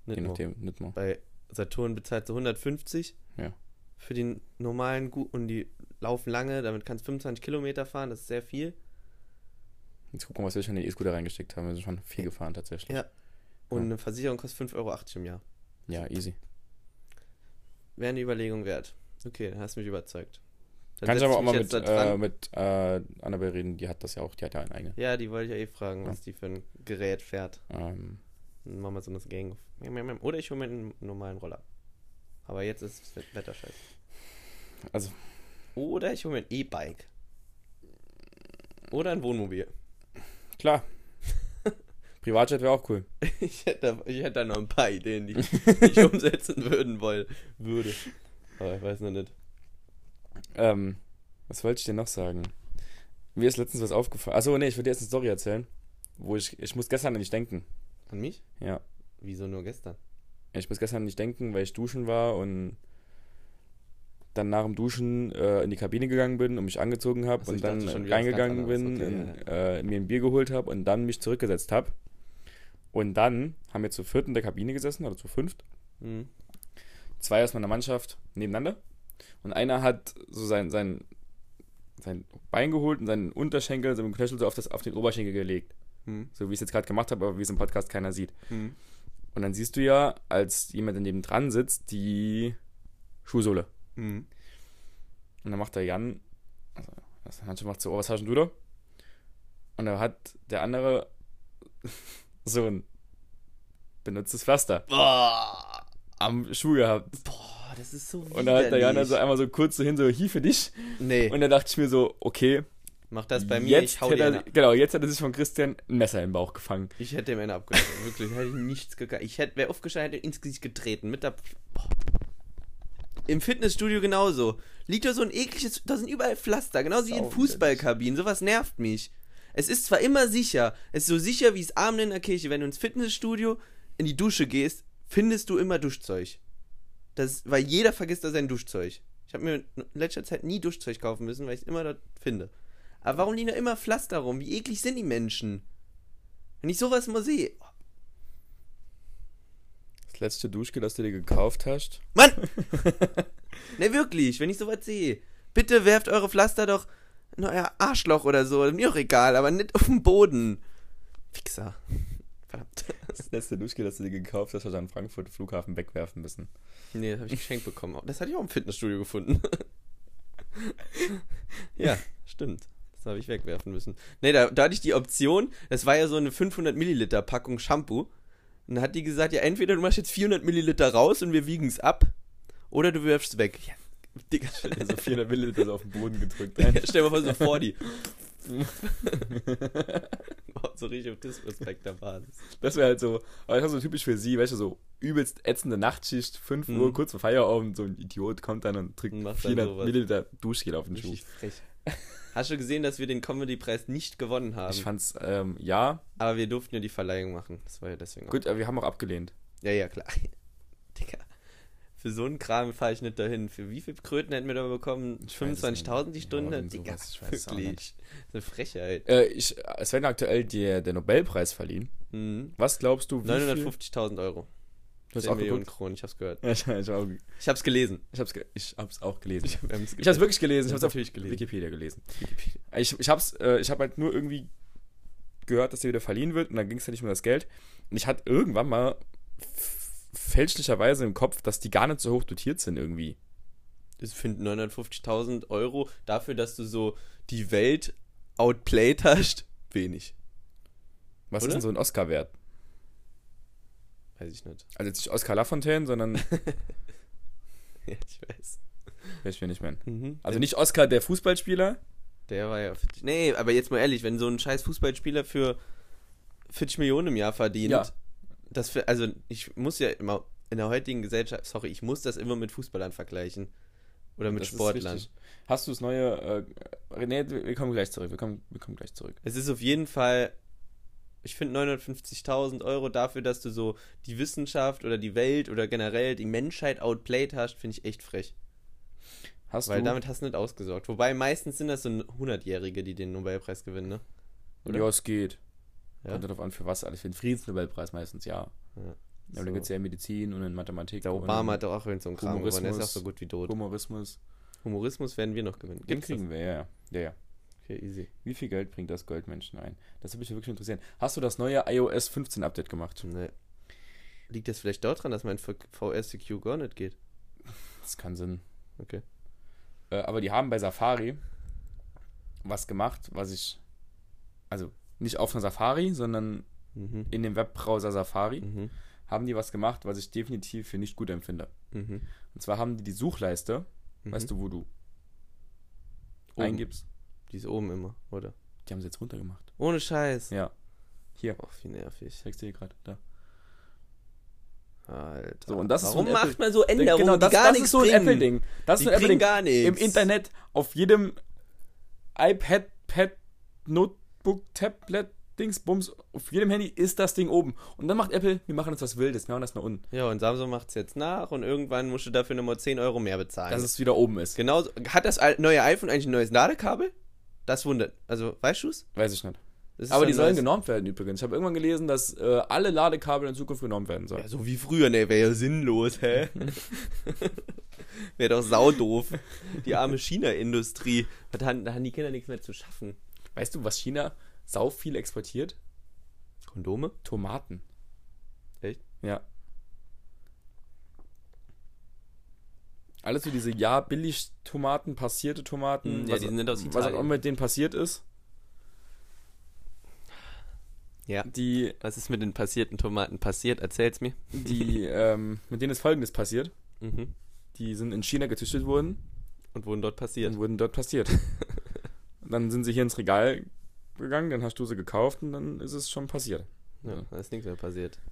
[SPEAKER 2] Nicht
[SPEAKER 1] je
[SPEAKER 2] nur.
[SPEAKER 1] nachdem, nicht mal.
[SPEAKER 2] Bei Saturn bezahlt so 150
[SPEAKER 1] Ja.
[SPEAKER 2] für den normalen Gut und die laufen lange, damit kannst du 25 Kilometer fahren, das ist sehr viel.
[SPEAKER 1] Jetzt gucken, was wir schon in den E-Scooter reingesteckt haben. Wir sind schon viel gefahren tatsächlich.
[SPEAKER 2] Ja. Und
[SPEAKER 1] Ja.
[SPEAKER 2] eine Versicherung kostet 5,80 Euro im Jahr.
[SPEAKER 1] Ja, easy.
[SPEAKER 2] Wäre eine Überlegung wert. Okay, dann hast du mich überzeugt. Dann
[SPEAKER 1] Kannst
[SPEAKER 2] setz
[SPEAKER 1] aber auch
[SPEAKER 2] ich mich
[SPEAKER 1] mal
[SPEAKER 2] jetzt
[SPEAKER 1] mit,
[SPEAKER 2] da dran.
[SPEAKER 1] äh, mit äh, Annabelle reden, die hat das ja auch, die hat ja einen eigenen.
[SPEAKER 2] ja, die wollte ich ja eh fragen, was die für ein Gerät fährt.
[SPEAKER 1] Ähm,
[SPEAKER 2] Dann machen wir so eine Gang. Miam, miam, miam. Oder ich hole mir einen normalen Roller. Aber jetzt ist das Wetter scheiße.
[SPEAKER 1] Also-
[SPEAKER 2] Oder ich hole mir ein E-Bike. Oder ein Wohnmobil.
[SPEAKER 1] klar. Privatjet wäre auch cool.
[SPEAKER 2] Ich hätte, ich hätte da noch ein paar Ideen, die ich, die ich umsetzen würden wollen, würde. Aber ich weiß noch nicht.
[SPEAKER 1] Ähm, was wollte ich dir noch sagen? Mir ist letztens was aufgefallen. Achso, nee, ich würde dir jetzt eine Story erzählen, wo ich, ich muss gestern an dich denken.
[SPEAKER 2] An mich?
[SPEAKER 1] Ja,
[SPEAKER 2] Wieso nur gestern?
[SPEAKER 1] ich muss gestern an dich denken, weil ich duschen war und dann nach dem Duschen äh, in die Kabine gegangen bin und mich angezogen habe
[SPEAKER 2] Achso,
[SPEAKER 1] und
[SPEAKER 2] ich
[SPEAKER 1] dann
[SPEAKER 2] dachte schon wieder was
[SPEAKER 1] reingegangen
[SPEAKER 2] ganz
[SPEAKER 1] bin,
[SPEAKER 2] anderes. Okay,
[SPEAKER 1] in, äh, mir ein Bier geholt habe und dann mich zurückgesetzt habe. Und dann haben wir zu viert in der Kabine gesessen oder zu fünft. Hm.
[SPEAKER 2] Mhm.
[SPEAKER 1] zwei aus meiner Mannschaft nebeneinander. Und einer hat so sein, sein, sein Bein geholt und seinen Unterschenkel, seinen Knöchel so auf, das, auf den Oberschenkel gelegt.
[SPEAKER 2] Mhm.
[SPEAKER 1] So wie ich es jetzt gerade gemacht habe, aber wie es im Podcast keiner sieht.
[SPEAKER 2] Mhm.
[SPEAKER 1] Und dann siehst du ja, als jemand daneben dran sitzt, die Schuhsohle. Hm.
[SPEAKER 2] Mhm.
[SPEAKER 1] Und dann macht der Jan, also das Handschuh macht so, oh, was hast denn du da? Und da hat der andere so ein benutztes Pflaster
[SPEAKER 2] Boah.
[SPEAKER 1] am Schuh gehabt.
[SPEAKER 2] Boah, Oh, das ist so
[SPEAKER 1] Und da hat der Jan
[SPEAKER 2] widerlich.
[SPEAKER 1] also einmal so kurz so hin, so, hier für dich.
[SPEAKER 2] Nee,
[SPEAKER 1] Und da dachte ich mir so, okay,
[SPEAKER 2] mach das Also bei mir,
[SPEAKER 1] jetzt
[SPEAKER 2] ich hau
[SPEAKER 1] hätte
[SPEAKER 2] dir
[SPEAKER 1] er,
[SPEAKER 2] eine
[SPEAKER 1] genau, jetzt hat er sich von Christian ein Messer im Bauch gefangen.
[SPEAKER 2] Ich hätte dem einen abgeschlagen, wirklich. Hätte ich nichts gekannt. Ich hätte, wäre aufgestanden, hätte ihm ins Gesicht getreten. Mit der. Boah. Im Fitnessstudio genauso. Liegt da so ein ekliges, da sind überall Pflaster, genauso wie in
[SPEAKER 1] Sauwiderlich.
[SPEAKER 2] Fußballkabinen. Sowas nervt mich. Es ist zwar immer sicher, es ist so sicher wie es Abend in der Kirche. Wenn du ins Fitnessstudio in die Dusche gehst, findest du immer Duschzeug. Das, weil jeder vergisst da sein Duschzeug. Ich habe mir in letzter Zeit nie Duschzeug kaufen müssen, weil ich es immer dort finde. Aber warum liegen da immer Pflaster rum? Wie eklig sind die Menschen? Wenn ich sowas mal sehe.
[SPEAKER 1] Das letzte Duschgel, das du dir gekauft hast.
[SPEAKER 2] Mann! ne, wirklich, wenn ich sowas sehe. Bitte werft eure Pflaster doch in euer Arschloch oder so. Mir doch egal, aber nicht auf den Boden. Fixer. Verdammt.
[SPEAKER 1] Das letzte Duschgel, das du dir gekauft hast, hast du an Frankfurt Flughafen wegwerfen müssen.
[SPEAKER 2] Nee, das habe ich geschenkt bekommen. Das hatte ich auch im Fitnessstudio gefunden. ja, stimmt. Das habe ich wegwerfen müssen. Nee, da, da hatte ich die Option, das war ja so eine 500 Milliliter Packung Shampoo. Und dann hat die gesagt, ja, entweder du machst jetzt 400 Milliliter raus und wir wiegen's ab, oder du wirfst es weg. Ja, Digga,
[SPEAKER 1] So 400 Milliliter so auf den Boden gedrückt.
[SPEAKER 2] Ja, stell dir mal vor, so vor die. Boah, so richtig auf Disrespect der Basis.
[SPEAKER 1] Das wäre halt so, aber das ist so typisch für sie, weißt du, so übelst ätzende Nachtschicht, 5 Uhr, kurz vor Feierabend, so ein Idiot kommt dann und trinkt
[SPEAKER 2] Und Mhm. macht dann
[SPEAKER 1] 400
[SPEAKER 2] sowas.
[SPEAKER 1] Milliliter Duschgel auf den Schuh.
[SPEAKER 2] Richtig frech. Hast du gesehen, dass wir den Comedy-Preis nicht gewonnen haben?
[SPEAKER 1] Ich fand's, ähm, ja,
[SPEAKER 2] aber wir durften ja die Verleihung machen. Das war ja deswegen
[SPEAKER 1] gut, aber wir haben auch abgelehnt.
[SPEAKER 2] auch. Ja, ja, klar. Digga. Für so einen Kram fahre ich nicht dahin. Für wie viel Kröten hätten wir da bekommen?
[SPEAKER 1] Ich weiß es nicht.
[SPEAKER 2] 25.000 die
[SPEAKER 1] Ja,
[SPEAKER 2] Stunde?
[SPEAKER 1] irgend
[SPEAKER 2] Digga,
[SPEAKER 1] sowas. Ich weiß es auch
[SPEAKER 2] wirklich. Das ist eine Frechheit.
[SPEAKER 1] Äh, ich, es werden aktuell der, der Nobelpreis verliehen.
[SPEAKER 2] Mhm.
[SPEAKER 1] Was glaubst du, wie viel...
[SPEAKER 2] 950.000 Euro.
[SPEAKER 1] Du hast
[SPEAKER 2] 10
[SPEAKER 1] auch
[SPEAKER 2] Millionen
[SPEAKER 1] geguckt?
[SPEAKER 2] Kronen, ich hab's gehört.
[SPEAKER 1] Ja, ich, ich, hab-
[SPEAKER 2] Ich hab's gelesen.
[SPEAKER 1] ich, hab's, ge- ich hab's auch gelesen.
[SPEAKER 2] Ich hab's
[SPEAKER 1] Ich hab's wirklich gelesen, ich
[SPEAKER 2] Ich
[SPEAKER 1] hab's
[SPEAKER 2] hab's
[SPEAKER 1] auf
[SPEAKER 2] natürlich gelesen.
[SPEAKER 1] Wikipedia gelesen. Ich, ich hab's, äh, ich hab halt nur irgendwie gehört, dass der wieder verliehen wird und dann ging's ja nicht um das Geld. Und ich hatte irgendwann mal f- fälschlicherweise im Kopf, dass die gar nicht so hoch dotiert sind irgendwie.
[SPEAKER 2] Ich finde 950.000 Euro dafür, dass du so die Welt outplayed hast, wenig.
[SPEAKER 1] Was
[SPEAKER 2] Oder?
[SPEAKER 1] ist denn so ein Oscar wert?
[SPEAKER 2] Weiß ich nicht.
[SPEAKER 1] Also jetzt nicht Oscar Lafontaine, sondern
[SPEAKER 2] Ja, ich weiß.
[SPEAKER 1] ich will nicht mehr. Also
[SPEAKER 2] Also
[SPEAKER 1] nicht Oscar der Fußballspieler.
[SPEAKER 2] der war ja. 40 Nee, aber jetzt mal ehrlich, wenn so ein scheiß Fußballspieler für 40 Millionen im Jahr verdient,
[SPEAKER 1] Ja.
[SPEAKER 2] das für, also ich muss ja immer in der heutigen Gesellschaft, sorry, ich muss das immer mit Fußballern vergleichen. Oder mit
[SPEAKER 1] Das ist
[SPEAKER 2] Sportlern.
[SPEAKER 1] richtig. Hast du das neue? Äh, nee, wir kommen gleich zurück. Wir kommen, wir kommen gleich zurück.
[SPEAKER 2] Es ist auf jeden Fall, ich finde 950.000 Euro dafür, dass du so die Wissenschaft oder die Welt oder generell die Menschheit outplayed hast, finde ich echt frech.
[SPEAKER 1] Hast
[SPEAKER 2] Weil
[SPEAKER 1] du?
[SPEAKER 2] damit hast du nicht ausgesorgt. Wobei meistens sind das so 100-Jährige, die den Nobelpreis gewinnen, ne? oder?
[SPEAKER 1] Ja, es geht.
[SPEAKER 2] Ja?
[SPEAKER 1] Kommt darauf an, für was alles. Für den Friedensnobelpreis meistens, ja. Ja, aber
[SPEAKER 2] So.
[SPEAKER 1] dann gibt es ja in Medizin und in Mathematik.
[SPEAKER 2] Der
[SPEAKER 1] und in
[SPEAKER 2] Obama hat doch auch irgend so einen Kram gewonnen, der ist auch
[SPEAKER 1] Humorismus.
[SPEAKER 2] so gut wie tot.
[SPEAKER 1] Humorismus.
[SPEAKER 2] Humorismus werden wir noch gewinnen.
[SPEAKER 1] Den
[SPEAKER 2] das?
[SPEAKER 1] kriegen wir, ja, ja. ja, ja.
[SPEAKER 2] Okay, easy.
[SPEAKER 1] Wie viel Geld bringt das Goldmenschen ein? Das würde mich wirklich interessieren. Hast du das neue iOS 15 Update gemacht?
[SPEAKER 2] Nee. Liegt das vielleicht daran, dass mein VSCQ gar nicht geht?
[SPEAKER 1] Das kann Sinn.
[SPEAKER 2] Okay.
[SPEAKER 1] Äh, aber die haben bei Safari was gemacht, was ich. Also nicht auf einer Safari, sondern
[SPEAKER 2] Mhm.
[SPEAKER 1] in dem Webbrowser Safari
[SPEAKER 2] Mhm.
[SPEAKER 1] haben die was gemacht, was ich definitiv für nicht gut empfinde.
[SPEAKER 2] Mhm.
[SPEAKER 1] Und zwar haben die die Suchleiste,
[SPEAKER 2] Mhm.
[SPEAKER 1] weißt du, wo du
[SPEAKER 2] Oben.
[SPEAKER 1] eingibst.
[SPEAKER 2] Die ist oben immer, oder?
[SPEAKER 1] Die haben sie jetzt runtergemacht.
[SPEAKER 2] Ohne Scheiß.
[SPEAKER 1] Ja. Hier,
[SPEAKER 2] Och, wie nervig.
[SPEAKER 1] ich zeig's dir hier gerade. Da.
[SPEAKER 2] Alter.
[SPEAKER 1] So, und das ist so
[SPEAKER 2] Warum
[SPEAKER 1] ein
[SPEAKER 2] macht
[SPEAKER 1] Apple-
[SPEAKER 2] man so Änderungen,
[SPEAKER 1] genau, das,
[SPEAKER 2] die gar
[SPEAKER 1] das
[SPEAKER 2] nichts
[SPEAKER 1] ist so ein
[SPEAKER 2] bringen?
[SPEAKER 1] Apple-Ding. Das
[SPEAKER 2] Die
[SPEAKER 1] ist ein
[SPEAKER 2] bringen
[SPEAKER 1] Apple-Ding.
[SPEAKER 2] gar nichts.
[SPEAKER 1] Im Internet, auf jedem iPad, Pad, Notebook, Tablet, Dingsbums, auf jedem Handy ist das Ding oben. Und dann macht Apple, wir machen jetzt was Wildes, wir machen das nach unten.
[SPEAKER 2] Ja, und Samsung macht's jetzt nach und irgendwann musst du dafür nochmal 10 Euro mehr bezahlen.
[SPEAKER 1] Dass es wieder oben ist.
[SPEAKER 2] Genauso, hat das al- neue iPhone eigentlich ein neues Ladekabel? Das wundert. Also, weißt du's?
[SPEAKER 1] Weiß ich nicht.
[SPEAKER 2] Das ist
[SPEAKER 1] Aber
[SPEAKER 2] ein
[SPEAKER 1] die sollen genau-
[SPEAKER 2] neues-
[SPEAKER 1] genormt werden übrigens. Ich habe irgendwann gelesen, dass äh, alle Ladekabel in Zukunft genormt werden sollen.
[SPEAKER 2] Ja, so wie früher, ne, wäre ja sinnlos, hä? wäre doch saudoof. Die arme China-Industrie. Da haben da haben die Kinder nichts mehr zu schaffen.
[SPEAKER 1] Weißt du, was China sau viel exportiert?
[SPEAKER 2] Kondome?
[SPEAKER 1] Tomaten.
[SPEAKER 2] Echt?
[SPEAKER 1] Ja. Alles so diese ja billig Tomaten, passierte Tomaten,
[SPEAKER 2] Hm, ja, die sind nicht aus
[SPEAKER 1] was auch
[SPEAKER 2] Italien.
[SPEAKER 1] immer mit denen passiert ist.
[SPEAKER 2] Ja.
[SPEAKER 1] Die,
[SPEAKER 2] Was ist mit den passierten Tomaten passiert? Erzähl's mir.
[SPEAKER 1] die, ähm, mit denen ist Folgendes passiert.
[SPEAKER 2] Mhm.
[SPEAKER 1] Die sind in China gezüchtet worden
[SPEAKER 2] Und wurden dort passiert.
[SPEAKER 1] und wurden dort passiert. dann sind sie hier ins Regal gegangen, dann hast du sie gekauft und dann ist es schon passiert.
[SPEAKER 2] Ja, da ist nichts mehr passiert.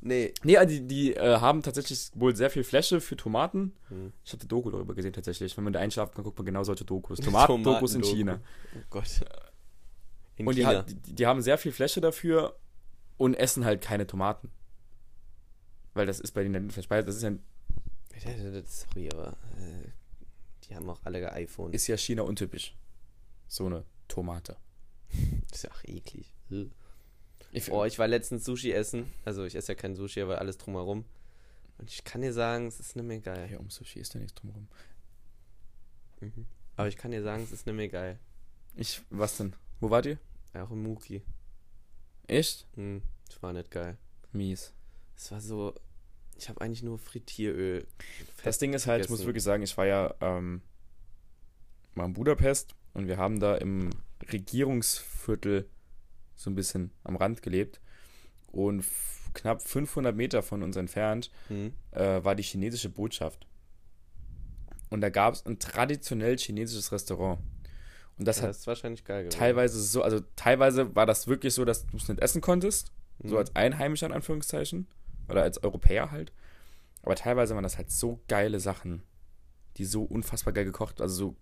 [SPEAKER 2] Nee.
[SPEAKER 1] Nee, also die, die äh, haben tatsächlich wohl sehr viel Fläche für Tomaten.
[SPEAKER 2] Hm.
[SPEAKER 1] Ich habe eine Doku darüber gesehen tatsächlich. Wenn man da einschlafen kann, guckt man genau solche Dokus. Tomatendokus in
[SPEAKER 2] Tomatendoku.
[SPEAKER 1] China.
[SPEAKER 2] Oh Gott. In
[SPEAKER 1] Und die,
[SPEAKER 2] China.
[SPEAKER 1] ha- die, die haben sehr viel Fläche dafür und essen halt keine Tomaten. Weil das ist bei denen verspeist. Das ist ja,
[SPEAKER 2] Sorry, aber äh, die haben auch alle iPhone.
[SPEAKER 1] ist ja China untypisch. So eine Tomate.
[SPEAKER 2] Ist ja auch eklig.
[SPEAKER 1] Ich,
[SPEAKER 2] Oh, ich war letztens Sushi essen. Also ich esse ja kein Sushi, aber alles drumherum. Und ich kann dir sagen, es ist nicht mehr geil. Mhm.
[SPEAKER 1] Hier um Sushi ist ja nichts drumherum.
[SPEAKER 2] Aber ich kann dir sagen, es ist nicht mehr geil.
[SPEAKER 1] Ich, was denn? Wo wart ihr?
[SPEAKER 2] Auch im Muki.
[SPEAKER 1] Echt?
[SPEAKER 2] Hm, das war nicht geil.
[SPEAKER 1] Mies.
[SPEAKER 2] Es war so, ich habe eigentlich nur Frittieröl.
[SPEAKER 1] Das Ding ist halt, ich muss
[SPEAKER 2] vergessen.
[SPEAKER 1] wirklich sagen, ich war ja ähm, mal in Budapest und wir haben da im Regierungsviertel so ein bisschen am Rand gelebt. Und f- knapp 500 Meter von uns entfernt
[SPEAKER 2] Hm?
[SPEAKER 1] äh, war die chinesische Botschaft. Und da gab es ein traditionell chinesisches Restaurant. Und das
[SPEAKER 2] Das,
[SPEAKER 1] hat
[SPEAKER 2] ist wahrscheinlich geil gewesen.
[SPEAKER 1] teilweise so, also teilweise war das wirklich so, dass du es nicht essen konntest.
[SPEAKER 2] Hm.
[SPEAKER 1] So als Einheimischer in Anführungszeichen. Oder als Europäer halt. Aber teilweise waren das halt so geile Sachen, die so unfassbar geil gekocht, also so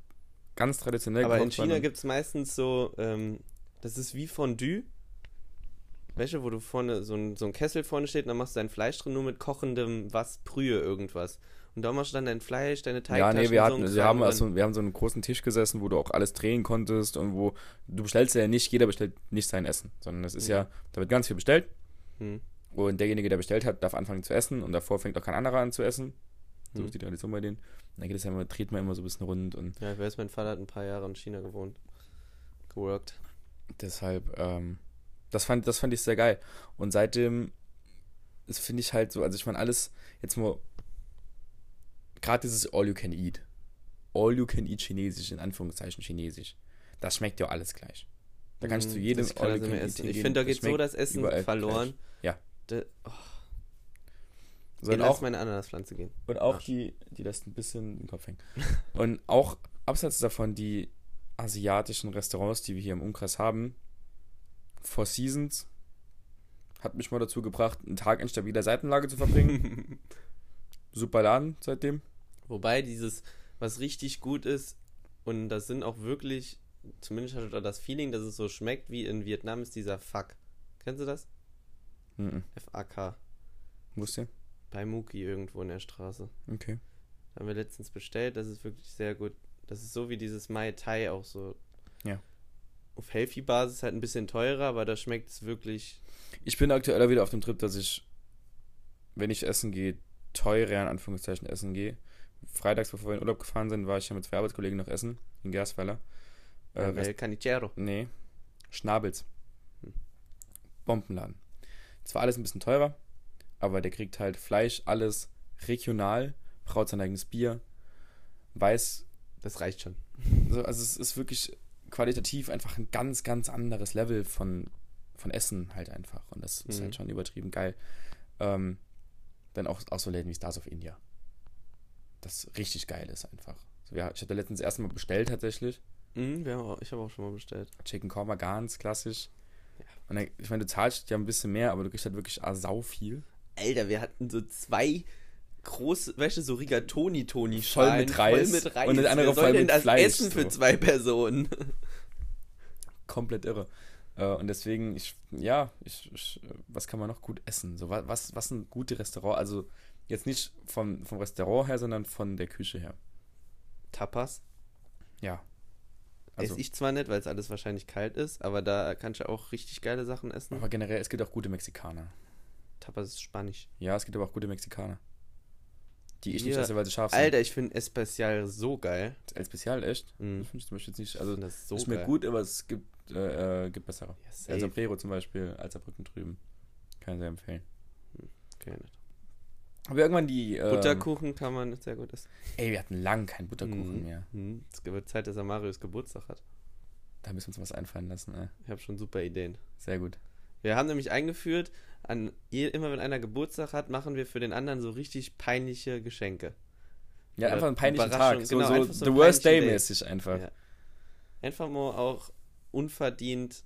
[SPEAKER 1] ganz traditionell
[SPEAKER 2] aber in
[SPEAKER 1] gekocht
[SPEAKER 2] China
[SPEAKER 1] waren.
[SPEAKER 2] gibt es meistens so, ähm, das ist wie Fondue. Weißt du, wo du vorne, so ein, so ein Kessel vorne steht und dann machst du dein Fleisch drin, nur mit kochendem was, Brühe, irgendwas. Und da machst du dann dein Fleisch, deine
[SPEAKER 1] ja,
[SPEAKER 2] Teigtaschen
[SPEAKER 1] nee, wir,
[SPEAKER 2] und
[SPEAKER 1] hatten,
[SPEAKER 2] so einen
[SPEAKER 1] wir,
[SPEAKER 2] Kram
[SPEAKER 1] haben
[SPEAKER 2] drin.
[SPEAKER 1] also, wir haben so einen großen Tisch gesessen, wo du auch alles drehen konntest und wo du bestellst ja nicht, jeder bestellt nicht sein Essen, sondern es ist
[SPEAKER 2] Mhm.
[SPEAKER 1] ja, da wird ganz viel bestellt
[SPEAKER 2] Hm.
[SPEAKER 1] und derjenige, der bestellt hat, darf anfangen zu essen und davor fängt auch kein anderer an zu essen. So
[SPEAKER 2] Mhm.
[SPEAKER 1] ist die Tradition bei denen. Und dann geht es ja immer, dreht man immer so ein bisschen rund und
[SPEAKER 2] Ja, ich weiß, mein Vater hat ein paar Jahre in China gewohnt. Geworkt.
[SPEAKER 1] Deshalb, ähm, das fand, das fand ich sehr geil. Und seitdem, das finde ich halt so, also ich meine, alles, jetzt mal, gerade dieses All You Can Eat. All You Can Eat Chinesisch, in Anführungszeichen Chinesisch. Das schmeckt ja alles gleich. Da kannst du
[SPEAKER 2] Mhm,
[SPEAKER 1] jedem
[SPEAKER 2] das kann
[SPEAKER 1] All You
[SPEAKER 2] also
[SPEAKER 1] Can
[SPEAKER 2] mehr
[SPEAKER 1] Eat
[SPEAKER 2] essen. Ich
[SPEAKER 1] hingehen,
[SPEAKER 2] finde, da
[SPEAKER 1] das
[SPEAKER 2] geht so
[SPEAKER 1] schmeckt
[SPEAKER 2] das Essen
[SPEAKER 1] überall
[SPEAKER 2] verloren.
[SPEAKER 1] gleich. Ja.
[SPEAKER 2] Da, oh,
[SPEAKER 1] So,
[SPEAKER 2] ihr
[SPEAKER 1] und
[SPEAKER 2] lasst
[SPEAKER 1] auch,
[SPEAKER 2] meine Ananaspflanze gehen.
[SPEAKER 1] und auch
[SPEAKER 2] Arsch.
[SPEAKER 1] die, die lässt ein bisschen den Kopf hängen. und auch abseits davon, die asiatischen Restaurants, die wir hier im Umkreis haben, Four Seasons hat mich mal dazu gebracht, einen Tag in stabiler Seitenlage zu verbringen. Super Laden seitdem.
[SPEAKER 2] Wobei dieses, was richtig gut ist, und das sind auch wirklich, zumindest hat er das Feeling, dass es so schmeckt wie in Vietnam, ist dieser Fuck. Kennst du das?
[SPEAKER 1] Mhm.
[SPEAKER 2] F-A-K.
[SPEAKER 1] Wusst ihr?
[SPEAKER 2] Bei Muki irgendwo in der Straße.
[SPEAKER 1] Okay.
[SPEAKER 2] Da haben wir letztens bestellt, das ist wirklich sehr gut. Das ist so wie dieses Mai Tai auch so.
[SPEAKER 1] Ja.
[SPEAKER 2] Auf Healthy-Basis halt ein bisschen teurer, aber da schmeckt es wirklich.
[SPEAKER 1] Ich bin aktuell auch wieder auf dem Trip, dass ich, wenn ich essen gehe, teurer in Anführungszeichen essen gehe. Freitags, bevor wir in Urlaub gefahren sind, war ich ja mit zwei Arbeitskollegen noch essen in Gersweiler. Äh,
[SPEAKER 2] Äh, El Canichero.
[SPEAKER 1] Nee. Schnabels. Bombenladen. Zwar alles ein bisschen teurer, aber der kriegt halt Fleisch, alles regional, braut sein eigenes Bier, weiß.
[SPEAKER 2] Das reicht schon.
[SPEAKER 1] So, also es ist wirklich qualitativ einfach ein ganz, ganz anderes Level von, von Essen halt einfach. Und das ist
[SPEAKER 2] Mhm.
[SPEAKER 1] halt schon übertrieben geil. Ähm, dann auch, auch so Läden wie Stars of India. Das richtig geil ist einfach. So, ja, ich hatte letztens das erste Mal bestellt tatsächlich.
[SPEAKER 2] Mhm, wir haben auch, ich habe auch schon mal bestellt.
[SPEAKER 1] Chicken Korma ganz klassisch.
[SPEAKER 2] Ja.
[SPEAKER 1] Und dann, ich meine, du zahlst ja ein bisschen mehr, aber du kriegst halt wirklich ah, sau viel.
[SPEAKER 2] Alter, wir hatten so zwei große, weißt du, so Rigatoni-Toni
[SPEAKER 1] Voll mit Reis
[SPEAKER 2] voll mit Reis.
[SPEAKER 1] und das andere
[SPEAKER 2] Wer soll
[SPEAKER 1] voll
[SPEAKER 2] denn
[SPEAKER 1] mit
[SPEAKER 2] das
[SPEAKER 1] Fleisch,
[SPEAKER 2] Essen für
[SPEAKER 1] so.
[SPEAKER 2] zwei Personen.
[SPEAKER 1] Komplett irre. Äh, und deswegen, ich, ja, ich, ich, äh, was kann man noch gut essen? So, wa- was, was sind gute Restaurant? Also jetzt nicht vom, vom Restaurant her, sondern von der Küche her.
[SPEAKER 2] Tapas
[SPEAKER 1] Ja.
[SPEAKER 2] also.
[SPEAKER 1] Also,
[SPEAKER 2] esse ich zwar nicht, weil es alles wahrscheinlich kalt ist, aber da kannst du auch richtig geile Sachen essen.
[SPEAKER 1] aber generell, es gibt auch gute Mexikaner.
[SPEAKER 2] Tapas ist spanisch.
[SPEAKER 1] Ja, es gibt aber auch gute Mexikaner. Die ich nicht
[SPEAKER 2] Ja,
[SPEAKER 1] esse, weil sie scharf sind.
[SPEAKER 2] Alter, ich finde Especial so geil.
[SPEAKER 1] Als Spezial, echt?
[SPEAKER 2] Mhm.
[SPEAKER 1] Das finde ich zum Beispiel jetzt nicht.
[SPEAKER 2] Ich
[SPEAKER 1] Also,
[SPEAKER 2] find das so
[SPEAKER 1] ist mir
[SPEAKER 2] geil.
[SPEAKER 1] gut, aber es gibt, äh, äh, gibt bessere.
[SPEAKER 2] Ja, safe.
[SPEAKER 1] El Sombrero zum Beispiel, Alzerbrücken drüben. Kann ich sehr empfehlen.
[SPEAKER 2] Geil nicht.
[SPEAKER 1] Aber irgendwann die. Ähm,
[SPEAKER 2] Butterkuchen kann man sehr gut essen.
[SPEAKER 1] Ey, wir hatten lang keinen Butterkuchen
[SPEAKER 2] Mhm.
[SPEAKER 1] mehr.
[SPEAKER 2] Mhm. Es wird Zeit, dass er Marius Geburtstag hat.
[SPEAKER 1] Da müssen wir uns was einfallen lassen, ey.
[SPEAKER 2] Ich habe schon super Ideen.
[SPEAKER 1] Sehr gut.
[SPEAKER 2] Wir haben nämlich eingeführt, an je- immer wenn einer Geburtstag hat, machen wir für den anderen so richtig peinliche Geschenke.
[SPEAKER 1] Ja,
[SPEAKER 2] Oder
[SPEAKER 1] einfach einen peinlichen
[SPEAKER 2] Überraschung,
[SPEAKER 1] Tag. So,
[SPEAKER 2] genau,
[SPEAKER 1] so,
[SPEAKER 2] einfach so
[SPEAKER 1] The
[SPEAKER 2] einen
[SPEAKER 1] Worst Day
[SPEAKER 2] peinlichen Day.
[SPEAKER 1] mäßig einfach.
[SPEAKER 2] Ja. Einfach mal auch unverdient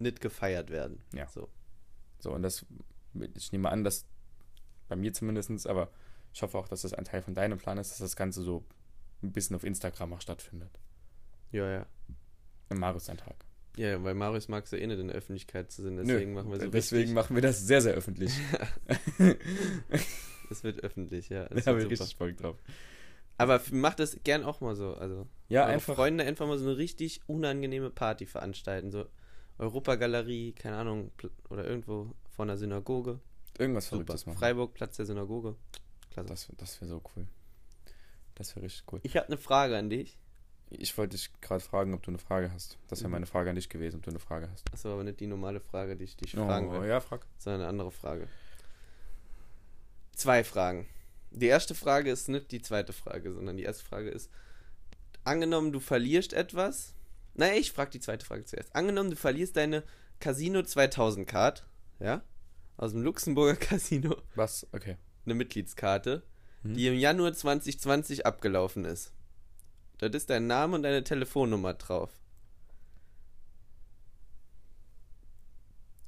[SPEAKER 2] nicht gefeiert werden.
[SPEAKER 1] Ja.
[SPEAKER 2] So.
[SPEAKER 1] So, und das ich nehme an, dass bei mir zumindestens, aber ich hoffe auch, dass das ein Teil von deinem Plan ist, dass das Ganze so ein bisschen auf Instagram auch stattfindet.
[SPEAKER 2] Ja, ja.
[SPEAKER 1] Im Marius-Eintrag.
[SPEAKER 2] Ja, ja, weil Marius mag es ja eh nicht in der Öffentlichkeit zu sein,
[SPEAKER 1] Nö, äh,
[SPEAKER 2] deswegen machen wir so
[SPEAKER 1] Deswegen
[SPEAKER 2] richtig.
[SPEAKER 1] machen wir das sehr, sehr öffentlich.
[SPEAKER 2] Es wird öffentlich, ja.
[SPEAKER 1] da
[SPEAKER 2] Das
[SPEAKER 1] habe ich
[SPEAKER 2] wird super.
[SPEAKER 1] richtig Bock drauf.
[SPEAKER 2] Aber f- macht das gern auch mal so. Also
[SPEAKER 1] Ja,
[SPEAKER 2] eure
[SPEAKER 1] einfach.
[SPEAKER 2] Freunde einfach mal so eine richtig unangenehme Party veranstalten. So Europagalerie, keine Ahnung, pl- oder irgendwo vor einer Synagoge.
[SPEAKER 1] Irgendwas
[SPEAKER 2] Super.
[SPEAKER 1] Verrücktes machen.
[SPEAKER 2] Freiburg, Platz der Synagoge. Klasse.
[SPEAKER 1] Das, das wäre so cool. Das wäre richtig cool.
[SPEAKER 2] Ich habe eine Frage an dich.
[SPEAKER 1] Ich wollte dich gerade fragen, ob du eine Frage hast. Das wäre
[SPEAKER 2] Mhm.
[SPEAKER 1] meine Frage an dich gewesen, ob du eine Frage hast.
[SPEAKER 2] Achso, aber nicht die normale Frage, die ich dich
[SPEAKER 1] Oh,
[SPEAKER 2] fragen will,
[SPEAKER 1] ja, frag.
[SPEAKER 2] sondern eine andere Frage. Zwei Fragen. Die erste Frage ist nicht die zweite Frage, sondern die erste Frage ist, angenommen, du verlierst etwas. Naja, ich frage die zweite Frage zuerst. Angenommen, du verlierst deine Casino 2000 Card, ja, aus dem Luxemburger Casino,
[SPEAKER 1] Was? Okay.
[SPEAKER 2] eine Mitgliedskarte,
[SPEAKER 1] Mhm.
[SPEAKER 2] die im Januar 2020 abgelaufen ist. Dort ist dein Name und deine Telefonnummer drauf.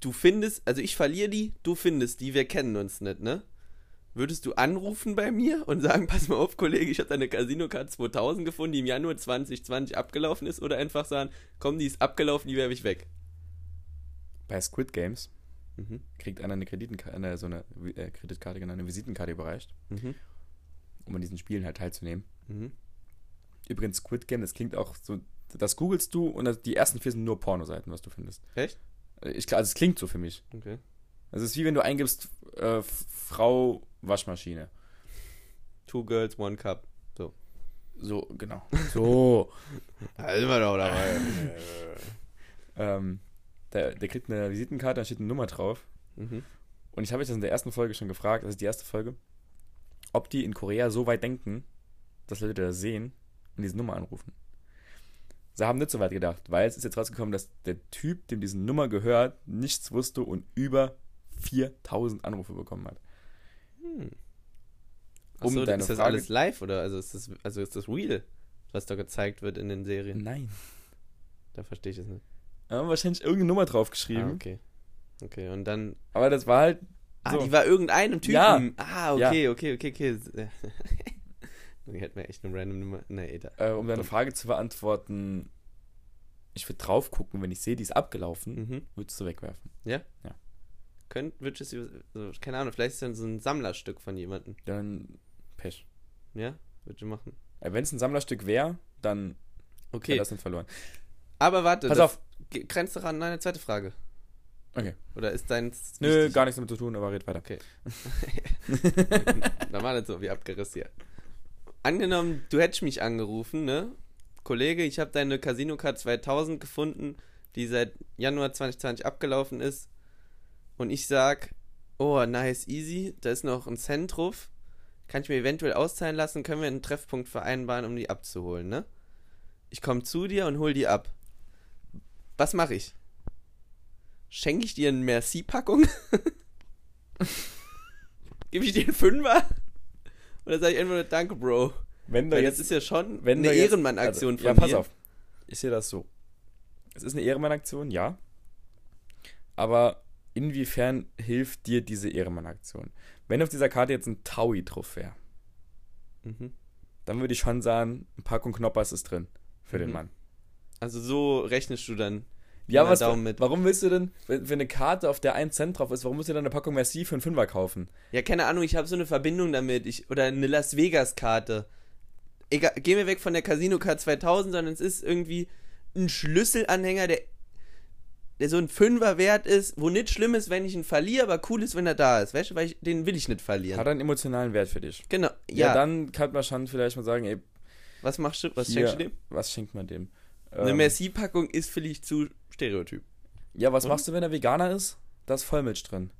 [SPEAKER 2] Du findest, also ich verliere die, du findest die, wir kennen uns nicht, ne? Würdest du anrufen bei mir und sagen, pass mal auf, Kollege, ich habe deine Casino-Card 2000 gefunden, die im Januar 2020 abgelaufen ist? Oder einfach sagen, komm, die ist abgelaufen, die werfe ich weg?
[SPEAKER 1] Bei Squid Games
[SPEAKER 2] Mhm.
[SPEAKER 1] kriegt einer eine Kreditenkarte, eine, so eine äh, Kreditkarte, genau, eine Visitenkarte überreicht,
[SPEAKER 2] Mhm.
[SPEAKER 1] um an diesen Spielen halt teilzunehmen.
[SPEAKER 2] Mhm.
[SPEAKER 1] Übrigens, Squid Game, das klingt auch so, das googelst du und das- die ersten vier sind nur Pornoseiten, was du findest.
[SPEAKER 2] Echt?
[SPEAKER 1] Äh, Ich, also es klingt so für mich.
[SPEAKER 2] Okay.
[SPEAKER 1] Also es ist wie wenn du eingibst, äh, F- Frau Waschmaschine.
[SPEAKER 2] Two girls, one cup.
[SPEAKER 1] So, genau. So.
[SPEAKER 2] Da sind wir doch dabei.
[SPEAKER 1] ähm, der, der kriegt eine Visitenkarte, da steht eine Nummer drauf.
[SPEAKER 2] mhm.
[SPEAKER 1] Und ich habe euch das in der ersten Folge schon gefragt, das ist die erste Folge, ob die in Korea so weit denken, dass Leute das sehen und diese Nummer anrufen. Sie haben nicht so weit gedacht, weil es ist jetzt rausgekommen, dass der Typ, dem diese Nummer gehört, nichts wusste und über 4000 Anrufe bekommen hat.
[SPEAKER 2] Hm.
[SPEAKER 1] Um
[SPEAKER 2] Achso,
[SPEAKER 1] deine
[SPEAKER 2] ist das
[SPEAKER 1] Frage-
[SPEAKER 2] alles live oder also ist das, also ist das real, was da gezeigt wird in den Serien?
[SPEAKER 1] Nein.
[SPEAKER 2] Da verstehe ich es nicht.
[SPEAKER 1] Da haben wahrscheinlich irgendeine Nummer
[SPEAKER 2] Ah,
[SPEAKER 1] draufgeschrieben,
[SPEAKER 2] okay. Okay, und dann.
[SPEAKER 1] aber das war halt
[SPEAKER 2] Ah,
[SPEAKER 1] So.
[SPEAKER 2] die war irgendeinem Typen.
[SPEAKER 1] Ja.
[SPEAKER 2] Ah, okay, okay, okay, okay. die hätten wir echt eine random Nummer. eh, Nee, egal.
[SPEAKER 1] Äh, um deine
[SPEAKER 2] Dumm.
[SPEAKER 1] Frage zu beantworten, ich würde drauf gucken, wenn ich sehe, die ist abgelaufen,
[SPEAKER 2] Mhm.
[SPEAKER 1] würdest du wegwerfen.
[SPEAKER 2] Könnt, wird es, also, keine Ahnung, vielleicht ist dann so ein Sammlerstück von jemandem.
[SPEAKER 1] Dann Pech.
[SPEAKER 2] Ja? Würdest du machen.
[SPEAKER 1] Äh, Wenn es ein Sammlerstück wäre, dann wäre
[SPEAKER 2] Okay,
[SPEAKER 1] das nicht verloren.
[SPEAKER 2] aber warte.
[SPEAKER 1] Pass
[SPEAKER 2] das
[SPEAKER 1] auf.
[SPEAKER 2] ge- Grenzt doch an eine zweite Frage.
[SPEAKER 1] Okay.
[SPEAKER 2] Oder ist dein.
[SPEAKER 1] Nö, gar nichts damit zu tun, aber red weiter.
[SPEAKER 2] Da war das so wie abgerissen hier. Angenommen, du hättest mich angerufen, ne? Kollege, ich habe deine Casino Card 2000 gefunden, die seit Januar 2020 abgelaufen ist. Und ich sag, oh, nice, easy, da ist noch ein Cent drauf. Kann ich mir eventuell auszahlen lassen, können wir einen Treffpunkt vereinbaren, um die abzuholen, ne? Ich komme zu dir und hol die ab. Was mache ich? Schenke ich dir eine Merci-Packung? Gebe ich dir einen Fünfer? Oder sage ich einfach nur Danke, Bro?
[SPEAKER 1] Wenn da
[SPEAKER 2] Weil das
[SPEAKER 1] jetzt.
[SPEAKER 2] ist ja schon
[SPEAKER 1] Wenn
[SPEAKER 2] eine
[SPEAKER 1] da jetzt-
[SPEAKER 2] Ehrenmann-Aktion
[SPEAKER 1] also,
[SPEAKER 2] von
[SPEAKER 1] Ja, pass
[SPEAKER 2] mir.
[SPEAKER 1] auf. Ich sehe das so. Es ist eine Ehrenmann-Aktion, ja. Aber inwiefern hilft dir diese Ehrenmann-Aktion? Wenn auf dieser Karte jetzt ein Taui drauf wäre,
[SPEAKER 2] Mhm.
[SPEAKER 1] dann würde ich schon sagen, ein Packung Knoppers ist drin für den
[SPEAKER 2] Mhm.
[SPEAKER 1] Mann.
[SPEAKER 2] Also so rechnest du dann.
[SPEAKER 1] Ja,
[SPEAKER 2] Immer
[SPEAKER 1] was,
[SPEAKER 2] Daumen mit.
[SPEAKER 1] warum willst du denn, wenn, wenn eine Karte auf der 1 Cent drauf ist, warum musst du dann eine Packung Merci für einen Fünfer kaufen?
[SPEAKER 2] Ja, keine Ahnung, ich habe so eine Verbindung damit. Ich, oder eine Las Vegas-Karte. Egal, geh mir weg von der Casino Card 2000, sondern es ist irgendwie ein Schlüsselanhänger, der, der so ein Fünfer wert ist, wo nicht schlimm ist, wenn ich ihn verliere, aber cool ist, wenn er da ist. Weißt du, weil ich, den will ich nicht verlieren.
[SPEAKER 1] Hat einen emotionalen Wert für dich.
[SPEAKER 2] genau,
[SPEAKER 1] Ja,
[SPEAKER 2] ja.
[SPEAKER 1] dann kann man schon vielleicht mal sagen, ey,
[SPEAKER 2] was machst du, was
[SPEAKER 1] hier,
[SPEAKER 2] schenkst du dem?
[SPEAKER 1] Was schenkt man dem?
[SPEAKER 2] Eine
[SPEAKER 1] Ähm,
[SPEAKER 2] Merci-Packung ist vielleicht zu Stereotyp.
[SPEAKER 1] Ja, was
[SPEAKER 2] Und?
[SPEAKER 1] machst du, wenn er Veganer ist? Da ist Vollmilch drin.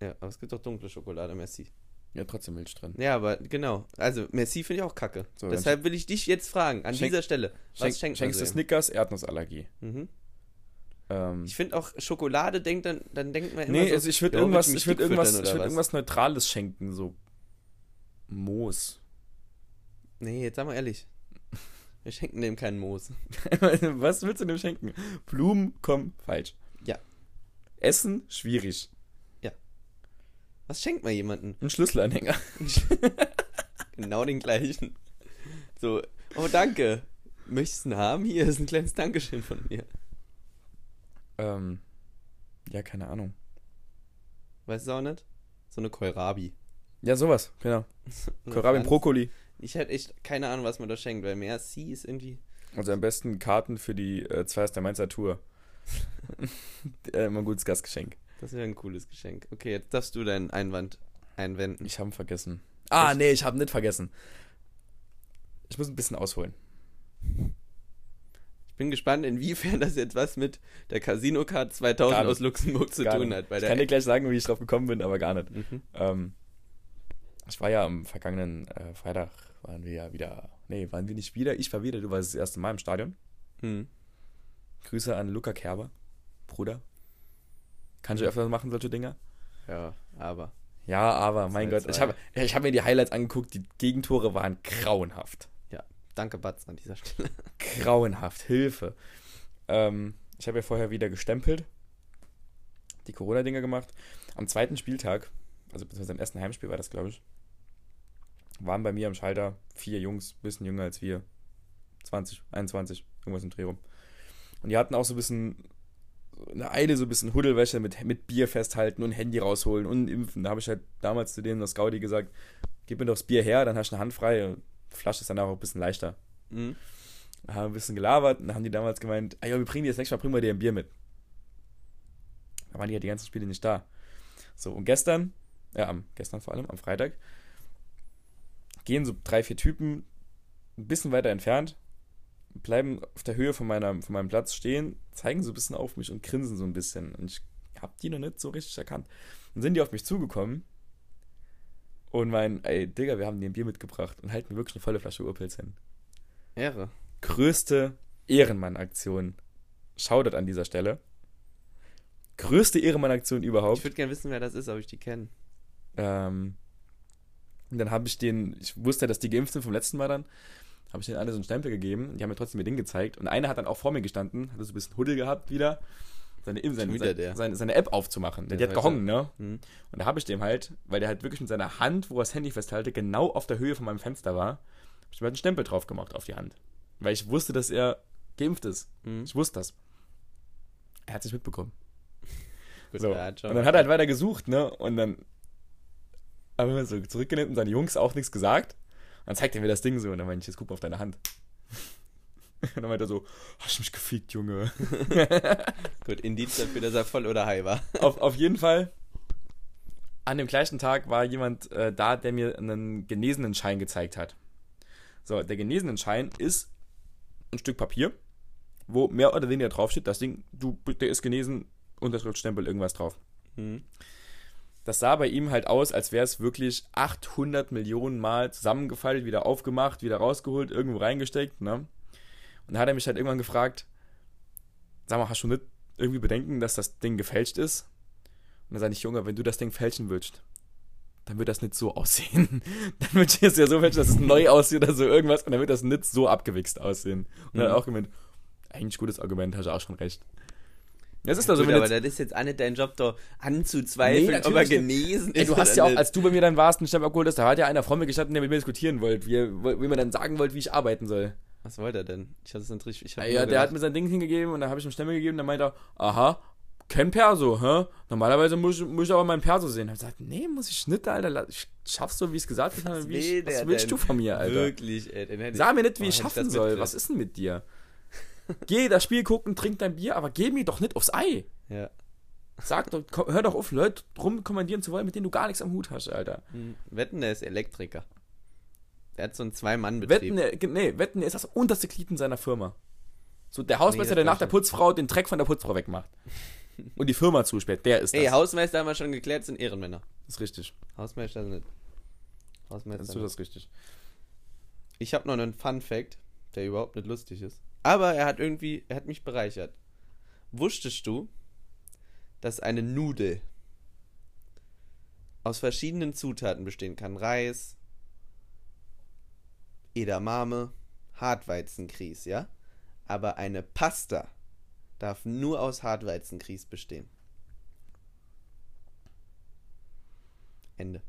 [SPEAKER 2] Ja, aber es gibt doch dunkle Schokolade, Merci.
[SPEAKER 1] Ja, trotzdem Milch drin.
[SPEAKER 2] Ja, aber genau. Also, Merci finde ich auch kacke.
[SPEAKER 1] So, dann
[SPEAKER 2] Deshalb will ich dich jetzt fragen, an
[SPEAKER 1] Schenk-
[SPEAKER 2] dieser Stelle.
[SPEAKER 1] Schenk,
[SPEAKER 2] Was schenkt man
[SPEAKER 1] schenkst du
[SPEAKER 2] so
[SPEAKER 1] Snickers, Erdnussallergie.
[SPEAKER 2] Mhm.
[SPEAKER 1] Ähm,
[SPEAKER 2] Ich finde auch Schokolade, denkt dann, dann denkt man immer
[SPEAKER 1] nee,
[SPEAKER 2] so,
[SPEAKER 1] also ich würde
[SPEAKER 2] ja,
[SPEAKER 1] irgendwas,
[SPEAKER 2] willst du mich
[SPEAKER 1] ich würd
[SPEAKER 2] dick
[SPEAKER 1] irgendwas,
[SPEAKER 2] füttern oder
[SPEAKER 1] ich würd
[SPEAKER 2] was?
[SPEAKER 1] irgendwas Neutrales schenken, so Moos.
[SPEAKER 2] Nee, jetzt sag mal ehrlich. Wir schenken dem keinen Moos.
[SPEAKER 1] was willst du dem schenken? Blumen, komm, falsch.
[SPEAKER 2] Ja.
[SPEAKER 1] Essen, schwierig.
[SPEAKER 2] Ja. Was schenkt man jemanden?
[SPEAKER 1] Ein Schlüsselanhänger.
[SPEAKER 2] Genau den gleichen. So, oh danke. Möchtest du einen haben? Hier ist ein kleines Dankeschön von mir.
[SPEAKER 1] Ähm, ja, keine Ahnung.
[SPEAKER 2] Weißt du auch nicht? So eine Kohlrabi.
[SPEAKER 1] Ja, sowas, genau. Kohlrabi und Brokkoli.
[SPEAKER 2] Ich hätte echt keine Ahnung, was man da schenkt, weil Merci ist irgendwie.
[SPEAKER 1] Also am besten Karten für die äh, Zweis der Mainzer Tour. äh, immer ein gutes Gastgeschenk.
[SPEAKER 2] Das wäre ein cooles Geschenk. Okay, jetzt darfst du deinen Einwand einwenden.
[SPEAKER 1] Ich habe vergessen. Ah, nee, ich habe nicht vergessen. Ich muss ein bisschen ausholen.
[SPEAKER 2] Ich bin gespannt, inwiefern das jetzt was mit der Casino Card 2000
[SPEAKER 1] Gar nicht.
[SPEAKER 2] aus Luxemburg zu
[SPEAKER 1] Gar
[SPEAKER 2] tun
[SPEAKER 1] nicht.
[SPEAKER 2] hat. Bei
[SPEAKER 1] ich
[SPEAKER 2] der
[SPEAKER 1] kann dir gleich sagen, wie ich drauf gekommen bin, aber gar nicht.
[SPEAKER 2] Mhm.
[SPEAKER 1] Ähm, ich war ja am vergangenen äh, Freitag, waren wir ja wieder. Nee, waren wir nicht wieder. Ich war wieder, du warst das erste Mal im Stadion.
[SPEAKER 2] Hm.
[SPEAKER 1] Grüße an Luca Kerber, Bruder. Kannst du öfter machen, solche Dinger?
[SPEAKER 2] Ja, aber.
[SPEAKER 1] Ja, aber mein
[SPEAKER 2] Zwei,
[SPEAKER 1] Gott, ich
[SPEAKER 2] zwei.
[SPEAKER 1] habe ich hab mir die Highlights angeguckt, die Gegentore waren grauenhaft.
[SPEAKER 2] Ja, danke Batz an dieser Stelle.
[SPEAKER 1] Grauenhaft, Hilfe. Ähm, ich habe ja vorher wieder gestempelt, die Corona-Dinger gemacht. Am zweiten Spieltag, also beziehungsweise am ersten Heimspiel war das, glaube ich, waren bei mir am Schalter vier Jungs, bisschen jünger als wir. 20, 21, irgendwas im Dreh rum. Und die hatten auch so ein bisschen eine Eile, so ein bisschen Huddelwäsche mit, mit Bier festhalten und Handy rausholen und impfen. Da habe ich halt damals zu denen aus Gaudi gesagt, gib mir doch das Bier her, dann hast du eine Hand frei. Flasche ist danach auch ein bisschen leichter.
[SPEAKER 2] Hm.
[SPEAKER 1] Dann haben wir ein bisschen gelabert und dann haben die damals gemeint, "Ah ja, wir bringen dir das nächste Mal, bringen wir dir ein Bier mit. Da waren die ja die ganzen Spiele nicht da. So, und gestern, ja, am, gestern vor allem, am Freitag, gehen so drei, vier Typen ein bisschen weiter entfernt, bleiben auf der Höhe von, meiner, von meinem Platz stehen, zeigen so ein bisschen auf mich und grinsen so ein bisschen. Und ich hab die noch nicht so richtig erkannt. Dann sind die auf mich zugekommen und meinen, ey, Digga, wir haben dir ein Bier mitgebracht und halten mir wirklich eine volle Flasche Urpilz hin
[SPEAKER 2] Ehre.
[SPEAKER 1] größte Ehrenmann-Aktion. Shoutout an dieser Stelle. Größte Ehrenmann-Aktion
[SPEAKER 2] Ich
[SPEAKER 1] überhaupt.
[SPEAKER 2] würde gerne wissen, wer das ist, ob ich die kenne.
[SPEAKER 1] Ähm, und dann habe ich den, ich wusste ja, dass die geimpft sind vom letzten Mal dann, habe ich denen alle so einen Stempel gegeben. Die haben mir trotzdem mit Ding gezeigt. Und einer hat dann auch vor mir gestanden, hat so ein bisschen Huddel gehabt wieder, seine, seine,
[SPEAKER 2] wieder der.
[SPEAKER 1] seine, seine App aufzumachen. Der,
[SPEAKER 2] Der
[SPEAKER 1] hat
[SPEAKER 2] Seite.
[SPEAKER 1] gehongen, ne?
[SPEAKER 2] Hm.
[SPEAKER 1] Und da habe ich dem halt, weil der halt wirklich mit seiner Hand, wo er das Handy festhalte, genau auf der Höhe von meinem Fenster war, habe ich mir halt einen Stempel drauf gemacht auf die Hand. Weil ich wusste, dass er geimpft ist.
[SPEAKER 2] Mhm.
[SPEAKER 1] Ich wusste das. Er hat sich mitbekommen.
[SPEAKER 2] Gut,
[SPEAKER 1] so.
[SPEAKER 2] er hat schon-
[SPEAKER 1] und dann hat er halt weiter gesucht, ne? Und dann haben wir so zurückgenommen und seine Jungs auch nichts gesagt. Und dann zeigt er mir das Ding so und dann meinte ich, jetzt guck mal auf deine Hand. Und dann meinte er so, hast du mich gefickt, Junge.
[SPEAKER 2] Gut, Indiz dafür, dass er voll oder high war.
[SPEAKER 1] auf, auf jeden Fall. An dem gleichen Tag war jemand äh, da, der mir einen genesenen Schein gezeigt hat. So, der genesenen Schein ist ein Stück Papier, wo mehr oder weniger draufsteht, das Ding, du, der ist genesen, Unterschriftstempel, irgendwas drauf.
[SPEAKER 2] Hm.
[SPEAKER 1] Das sah bei ihm halt aus, als wäre es wirklich 800 Millionen Mal zusammengefaltet, wieder aufgemacht, wieder rausgeholt, irgendwo reingesteckt. Ne? Und dann hat er mich halt irgendwann gefragt, sag mal, hast du nicht irgendwie Bedenken, dass das Ding gefälscht ist? Und dann sage ich, Junge, wenn du das Ding fälschen würdest, dann wird das nicht so aussehen. Dann wird es ja so fälschen, dass es neu aussieht oder so irgendwas. Und dann wird das nicht so abgewichst aussehen. Und dann
[SPEAKER 2] Mhm.
[SPEAKER 1] hat er auch gemeint, eigentlich gutes Argument, hast du auch schon recht. Das ist
[SPEAKER 2] Also
[SPEAKER 1] also,
[SPEAKER 2] Gut,
[SPEAKER 1] wenn
[SPEAKER 2] aber
[SPEAKER 1] jetzt-
[SPEAKER 2] das ist jetzt auch nicht dein Job, da
[SPEAKER 1] Nee,
[SPEAKER 2] anzuzweifeln,
[SPEAKER 1] natürlich
[SPEAKER 2] ob er
[SPEAKER 1] nicht.
[SPEAKER 2] genesen
[SPEAKER 1] Ey,
[SPEAKER 2] ist.
[SPEAKER 1] du hast
[SPEAKER 2] oder
[SPEAKER 1] ja auch,
[SPEAKER 2] nicht.
[SPEAKER 1] als du bei mir dann warst, einen Stab abgeholt hast, da hat ja einer vor mir gestanden, der mit mir diskutieren wollte, wie, er- wie man dann sagen wollte, wie ich arbeiten soll.
[SPEAKER 2] Was wollte er denn? Ich hatte es nicht richtig. Ich hab
[SPEAKER 1] Ja,
[SPEAKER 2] nur
[SPEAKER 1] ja, der hat
[SPEAKER 2] gedacht,
[SPEAKER 1] mir sein Ding hingegeben und dann habe ich ihm Stempel gegeben, dann meinte er, aha, kein Perso, hä? Normalerweise muss, ich- muss ich aber meinen Perso sehen. Dann hab ich gesagt, nee, muss ich nicht, Alter, la- ich schaff's so, wie ich es gesagt habe.
[SPEAKER 2] was
[SPEAKER 1] wie ich-
[SPEAKER 2] will der
[SPEAKER 1] Was willst
[SPEAKER 2] denn?
[SPEAKER 1] du von mir, Alter?
[SPEAKER 2] Wirklich, ey. den hätte ich-
[SPEAKER 1] Sag mir nicht, wie
[SPEAKER 2] Oh,
[SPEAKER 1] ich
[SPEAKER 2] hätte
[SPEAKER 1] schaffen
[SPEAKER 2] das
[SPEAKER 1] soll.
[SPEAKER 2] mitgekriegt.
[SPEAKER 1] Was ist denn mit dir? Geh das Spiel gucken, trink dein Bier, aber geh mir doch nicht aufs Ei.
[SPEAKER 2] Ja.
[SPEAKER 1] Sag doch, komm, hör doch auf, Leute rumkommandieren zu wollen, mit denen du gar nichts am Hut hast, Alter.
[SPEAKER 2] Hm. Wetten, der ist Elektriker. Der hat so einen Zwei-Mann-Betrieb.
[SPEAKER 1] Wetten, äh, ge- nee, Wetten ist das unterste Glied in seiner Firma. So der Hausmeister,
[SPEAKER 2] Nee,
[SPEAKER 1] der
[SPEAKER 2] das glaub
[SPEAKER 1] nach
[SPEAKER 2] ich
[SPEAKER 1] der
[SPEAKER 2] nicht.
[SPEAKER 1] Putzfrau den Dreck von der Putzfrau wegmacht. Und die Firma zusperrt, der ist das.
[SPEAKER 2] Ey, Hausmeister haben wir schon geklärt, sind Ehrenmänner.
[SPEAKER 1] ist richtig.
[SPEAKER 2] Hausmeister sind nicht. Hausmeister.
[SPEAKER 1] Das ist
[SPEAKER 2] nicht.
[SPEAKER 1] das richtig.
[SPEAKER 2] Ich habe noch einen Fun Fact, der überhaupt nicht lustig ist. Aber er hat irgendwie, er hat mich bereichert. Wusstest du, dass eine Nudel aus verschiedenen Zutaten bestehen kann? Reis, Edamame, Hartweizengrieß, ja? Aber eine Pasta darf nur aus Hartweizengrieß bestehen. Ende.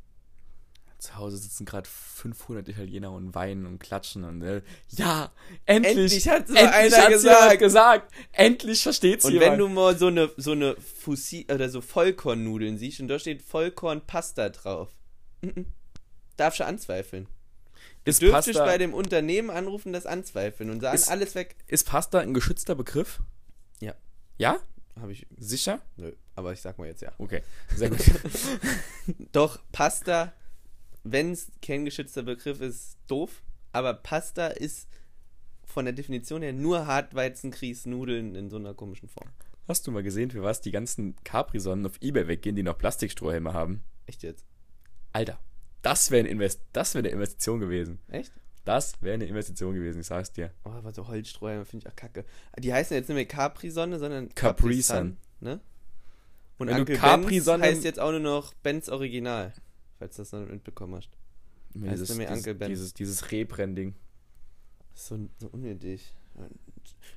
[SPEAKER 1] Zu Hause sitzen gerade 500 Italiener und weinen und klatschen und äh, ja, endlich,
[SPEAKER 2] Endlich hat's mal
[SPEAKER 1] endlich
[SPEAKER 2] einer
[SPEAKER 1] hat's
[SPEAKER 2] gesagt.
[SPEAKER 1] jemand gesagt, endlich versteht's
[SPEAKER 2] Und
[SPEAKER 1] jemand.
[SPEAKER 2] wenn du mal so eine, so eine Fusi oder so Vollkornnudeln siehst und da steht Vollkornpasta drauf,
[SPEAKER 1] Mhm.
[SPEAKER 2] darfst du anzweifeln.
[SPEAKER 1] ist,
[SPEAKER 2] Dürftest
[SPEAKER 1] Pasta,
[SPEAKER 2] bei dem Unternehmen anrufen, das anzweifeln und sagen,
[SPEAKER 1] Ist-
[SPEAKER 2] alles weg.
[SPEAKER 1] ist Pasta ein geschützter Begriff?
[SPEAKER 2] Ja.
[SPEAKER 1] Ja?
[SPEAKER 2] Habe ich,
[SPEAKER 1] Sicher?
[SPEAKER 2] nö, aber ich sag mal jetzt ja.
[SPEAKER 1] Okay, sehr gut.
[SPEAKER 2] Doch, Pasta, wenn es kein geschützter Begriff ist, doof. Aber Pasta ist von der Definition her nur Hartweizengrießnudeln in so einer komischen Form.
[SPEAKER 1] Hast du mal gesehen, für was die ganzen Capri-Sonnen auf Ebay weggehen, die noch Plastikstrohhelme haben?
[SPEAKER 2] Echt jetzt?
[SPEAKER 1] Alter, das wäre Invest das wär eine Investition gewesen.
[SPEAKER 2] Echt?
[SPEAKER 1] Das wäre eine Investition gewesen, ich sag's dir.
[SPEAKER 2] Oh, aber so Holzstreuer finde ich auch kacke. Die heißen jetzt nicht mehr Capri-Sonne, sondern
[SPEAKER 1] Capri-Sun.
[SPEAKER 2] Ne? Und
[SPEAKER 1] Wenn du
[SPEAKER 2] Uncle
[SPEAKER 1] Capri-Sonne-
[SPEAKER 2] Benz heißt jetzt auch nur noch Benz Original. Falls du das noch nicht mitbekommen hast.
[SPEAKER 1] Immer
[SPEAKER 2] Heißt
[SPEAKER 1] Dieses,
[SPEAKER 2] nämlich
[SPEAKER 1] dieses,
[SPEAKER 2] Uncle Ben.
[SPEAKER 1] dieses, dieses Rebranding.
[SPEAKER 2] So, so unnötig. Und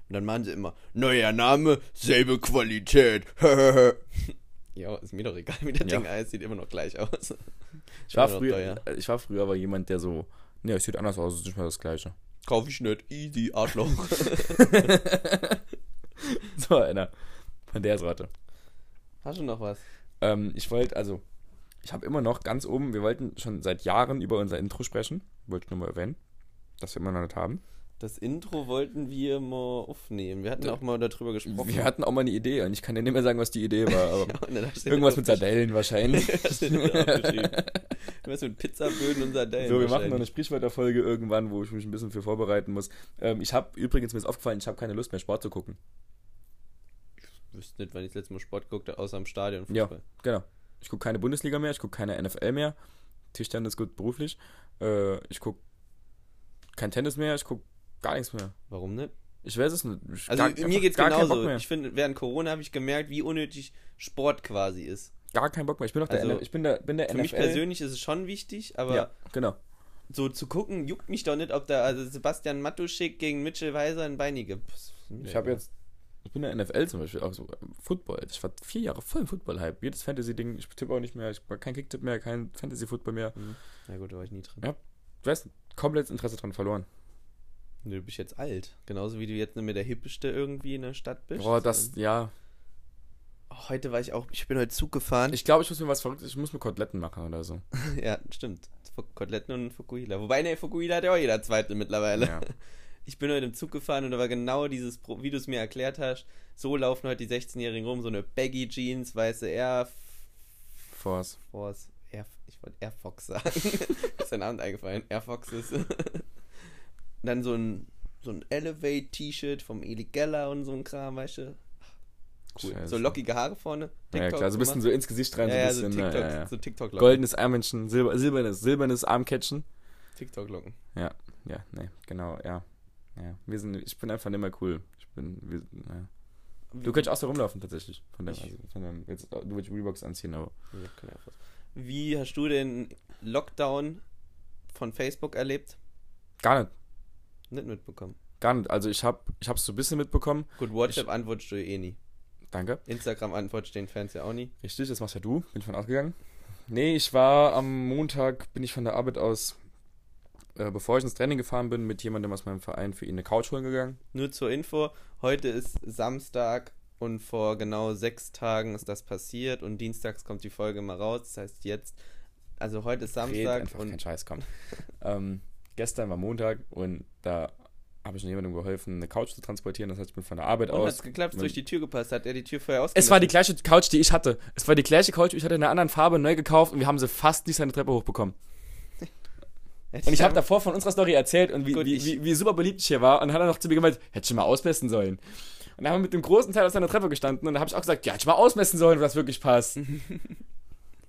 [SPEAKER 2] dann machen sie immer, neuer Name, selbe Qualität. ja, ist mir doch egal, wie das
[SPEAKER 1] Ja.
[SPEAKER 2] Ding heißt, sieht immer noch gleich aus.
[SPEAKER 1] Ich war,
[SPEAKER 2] Immer noch
[SPEAKER 1] früher,
[SPEAKER 2] teuer.
[SPEAKER 1] ich war früher aber jemand, der so, ne, es sieht anders aus, es ist nicht mal das Gleiche.
[SPEAKER 2] Kauf ich nicht, easy, Arschloch.
[SPEAKER 1] So einer von der Sorte.
[SPEAKER 2] Hast du noch was?
[SPEAKER 1] Ähm, ich wollte, also, ich habe immer noch ganz oben, wir wollten schon seit Jahren über unser Intro sprechen. Wollte ich nur mal erwähnen, dass wir immer noch nicht haben.
[SPEAKER 2] Das Intro wollten wir mal aufnehmen. Wir hatten
[SPEAKER 1] Da-
[SPEAKER 2] auch mal darüber gesprochen.
[SPEAKER 1] Wir hatten auch mal eine Idee und ich kann dir nicht mehr sagen, was die Idee war, aber
[SPEAKER 2] Ja, und dann hast du
[SPEAKER 1] irgendwas
[SPEAKER 2] das
[SPEAKER 1] mit Sardellen wahrscheinlich.
[SPEAKER 2] Was mit Pizzaböden und Sardellen?
[SPEAKER 1] So, wir machen noch eine
[SPEAKER 2] wahrscheinlich.
[SPEAKER 1] Sprichwörterfolge irgendwann, wo ich mich ein bisschen für vorbereiten muss. Ähm, ich habe übrigens mir ist aufgefallen, ich habe keine Lust mehr Sport zu gucken.
[SPEAKER 2] Ich wüsste nicht, wann ich das letzte Mal Sport guckte, außer am Stadion.
[SPEAKER 1] Ja,
[SPEAKER 2] Fußball.
[SPEAKER 1] genau. Ich gucke keine Bundesliga mehr, ich gucke keine NFL mehr. Tischtennis gut beruflich. Äh, ich gucke kein Tennis mehr, ich gucke gar nichts mehr.
[SPEAKER 2] Warum nicht?
[SPEAKER 1] Ich weiß es nicht. Ich
[SPEAKER 2] Also
[SPEAKER 1] gar,
[SPEAKER 2] mir
[SPEAKER 1] einfach
[SPEAKER 2] geht's
[SPEAKER 1] gar keinen Bock
[SPEAKER 2] genauso.
[SPEAKER 1] mehr.
[SPEAKER 2] Ich finde, während Corona habe ich gemerkt, wie unnötig Sport quasi ist.
[SPEAKER 1] Gar keinen Bock mehr. Ich bin doch der,
[SPEAKER 2] Also,
[SPEAKER 1] NFL ich bin der, bin der
[SPEAKER 2] Für
[SPEAKER 1] NFL.
[SPEAKER 2] mich persönlich ist es schon wichtig, aber
[SPEAKER 1] Ja, genau.
[SPEAKER 2] so zu gucken, juckt mich doch nicht, ob da also Sebastian Matuschik gegen Mitchell Weiser ein Beini gibt.
[SPEAKER 1] Ich habe jetzt, ich bin der NFL zum Beispiel auch so, ähm, Football. Ich war vier Jahre voll im Football-Hype. Jedes Fantasy-Ding, ich tippe auch nicht mehr, ich kein Kicktipp mehr, kein Fantasy-Football mehr.
[SPEAKER 2] Na gut, da war ich nie drin.
[SPEAKER 1] Ja. Ich weiß, komplett das Interesse dran verloren.
[SPEAKER 2] Nee, Du bist jetzt alt. Genauso wie du jetzt nicht mehr der Hippeste irgendwie in der Stadt bist.
[SPEAKER 1] Boah, das, ja.
[SPEAKER 2] Und Heute war ich auch, ich bin heute Zug gefahren.
[SPEAKER 1] Ich glaube, ich muss mir was Verrücktes, ich muss mir Koteletten machen oder so.
[SPEAKER 2] Ja, stimmt. Fu- Koteletten und Fukuhila. Wobei, ne, Fukuhila hat ja auch jeder Zweite mittlerweile.
[SPEAKER 1] Ja.
[SPEAKER 2] Ich bin heute im Zug gefahren und da war genau dieses, Pro- wie du es mir erklärt hast, so laufen heute die 16-Jährigen rum, so eine Baggy Jeans, weiße Air
[SPEAKER 1] Force.
[SPEAKER 2] Force, Air, ich wollte Air Fox sagen. ist dein Abend eingefallen? Air Foxes. Dann so ein, so ein Elevate-T-Shirt vom Eli Geller und so ein Kram, weißt du? Cool.
[SPEAKER 1] Scheiße.
[SPEAKER 2] So lockige Haare vorne.
[SPEAKER 1] Ja, klar, so ein bisschen
[SPEAKER 2] gemacht.
[SPEAKER 1] so ins Gesicht rein,
[SPEAKER 2] ja, ja,
[SPEAKER 1] so
[SPEAKER 2] so
[SPEAKER 1] ein bisschen.
[SPEAKER 2] TikTok,
[SPEAKER 1] ja, ja, ja.
[SPEAKER 2] so TikTok-Locken.
[SPEAKER 1] Goldenes Armmenschen, silber, silbernes, silbernes Armcatchen.
[SPEAKER 2] TikTok-Locken.
[SPEAKER 1] Ja, ja, nee, genau, ja. Ja, wir sind, ich bin einfach nicht mehr cool. Ich bin, wir, ja. Du könntest auch so rumlaufen, tatsächlich. Von der,
[SPEAKER 2] Ich-
[SPEAKER 1] also, von deinem- jetzt, du willst Reeboks anziehen, aber.
[SPEAKER 2] Ja, keine Ahnung. Wie hast du den Lockdown von Facebook erlebt?
[SPEAKER 1] Gar nicht,
[SPEAKER 2] Nicht mitbekommen.
[SPEAKER 1] gar nicht. Also, ich habe ich hab's so ein bisschen mitbekommen.
[SPEAKER 2] Gut, WhatsApp antwortest du eh nie.
[SPEAKER 1] Danke.
[SPEAKER 2] Instagram antwortest den Fans ja auch nie.
[SPEAKER 1] Richtig, das machst ja du. Bin ich von ausgegangen. Nee, ich war am Montag, bin ich von der Arbeit aus, äh, bevor ich ins Training gefahren bin, mit jemandem aus meinem Verein für ihn eine Couch holen gegangen.
[SPEAKER 2] Nur zur Info, heute ist Samstag und vor genau sechs Tagen ist das passiert und dienstags kommt die Folge mal raus. Das heißt jetzt, also heute ist
[SPEAKER 1] Red
[SPEAKER 2] Samstag
[SPEAKER 1] einfach kein
[SPEAKER 2] und
[SPEAKER 1] Scheiß, komm. ähm, gestern war Montag und da habe ich jemandem geholfen, eine Couch zu transportieren. Das heißt, ich bin von der Arbeit
[SPEAKER 2] und
[SPEAKER 1] aus.
[SPEAKER 2] hat's geklappt, ist durch die Tür gepasst, hat er die Tür vorher
[SPEAKER 1] Es war die
[SPEAKER 2] ausgelassen.
[SPEAKER 1] gleiche Couch, die ich hatte. Es war die gleiche Couch, ich hatte in einer anderen Farbe neu gekauft und wir haben sie fast nicht seine Treppe hochbekommen.
[SPEAKER 2] Hätte
[SPEAKER 1] Und ich habe
[SPEAKER 2] sagen-
[SPEAKER 1] davor von unserer Story erzählt und wie,
[SPEAKER 2] Gut,
[SPEAKER 1] wie,
[SPEAKER 2] ich-
[SPEAKER 1] wie, wie super beliebt ich hier war. Und dann hat er noch zu mir gemeint, hätte ich mal ausmessen sollen. Und dann haben wir mit dem großen Teil auf seiner Treppe gestanden und dann habe ich auch gesagt, ja, hätte ich mal ausmessen sollen, ob das wirklich passt. Im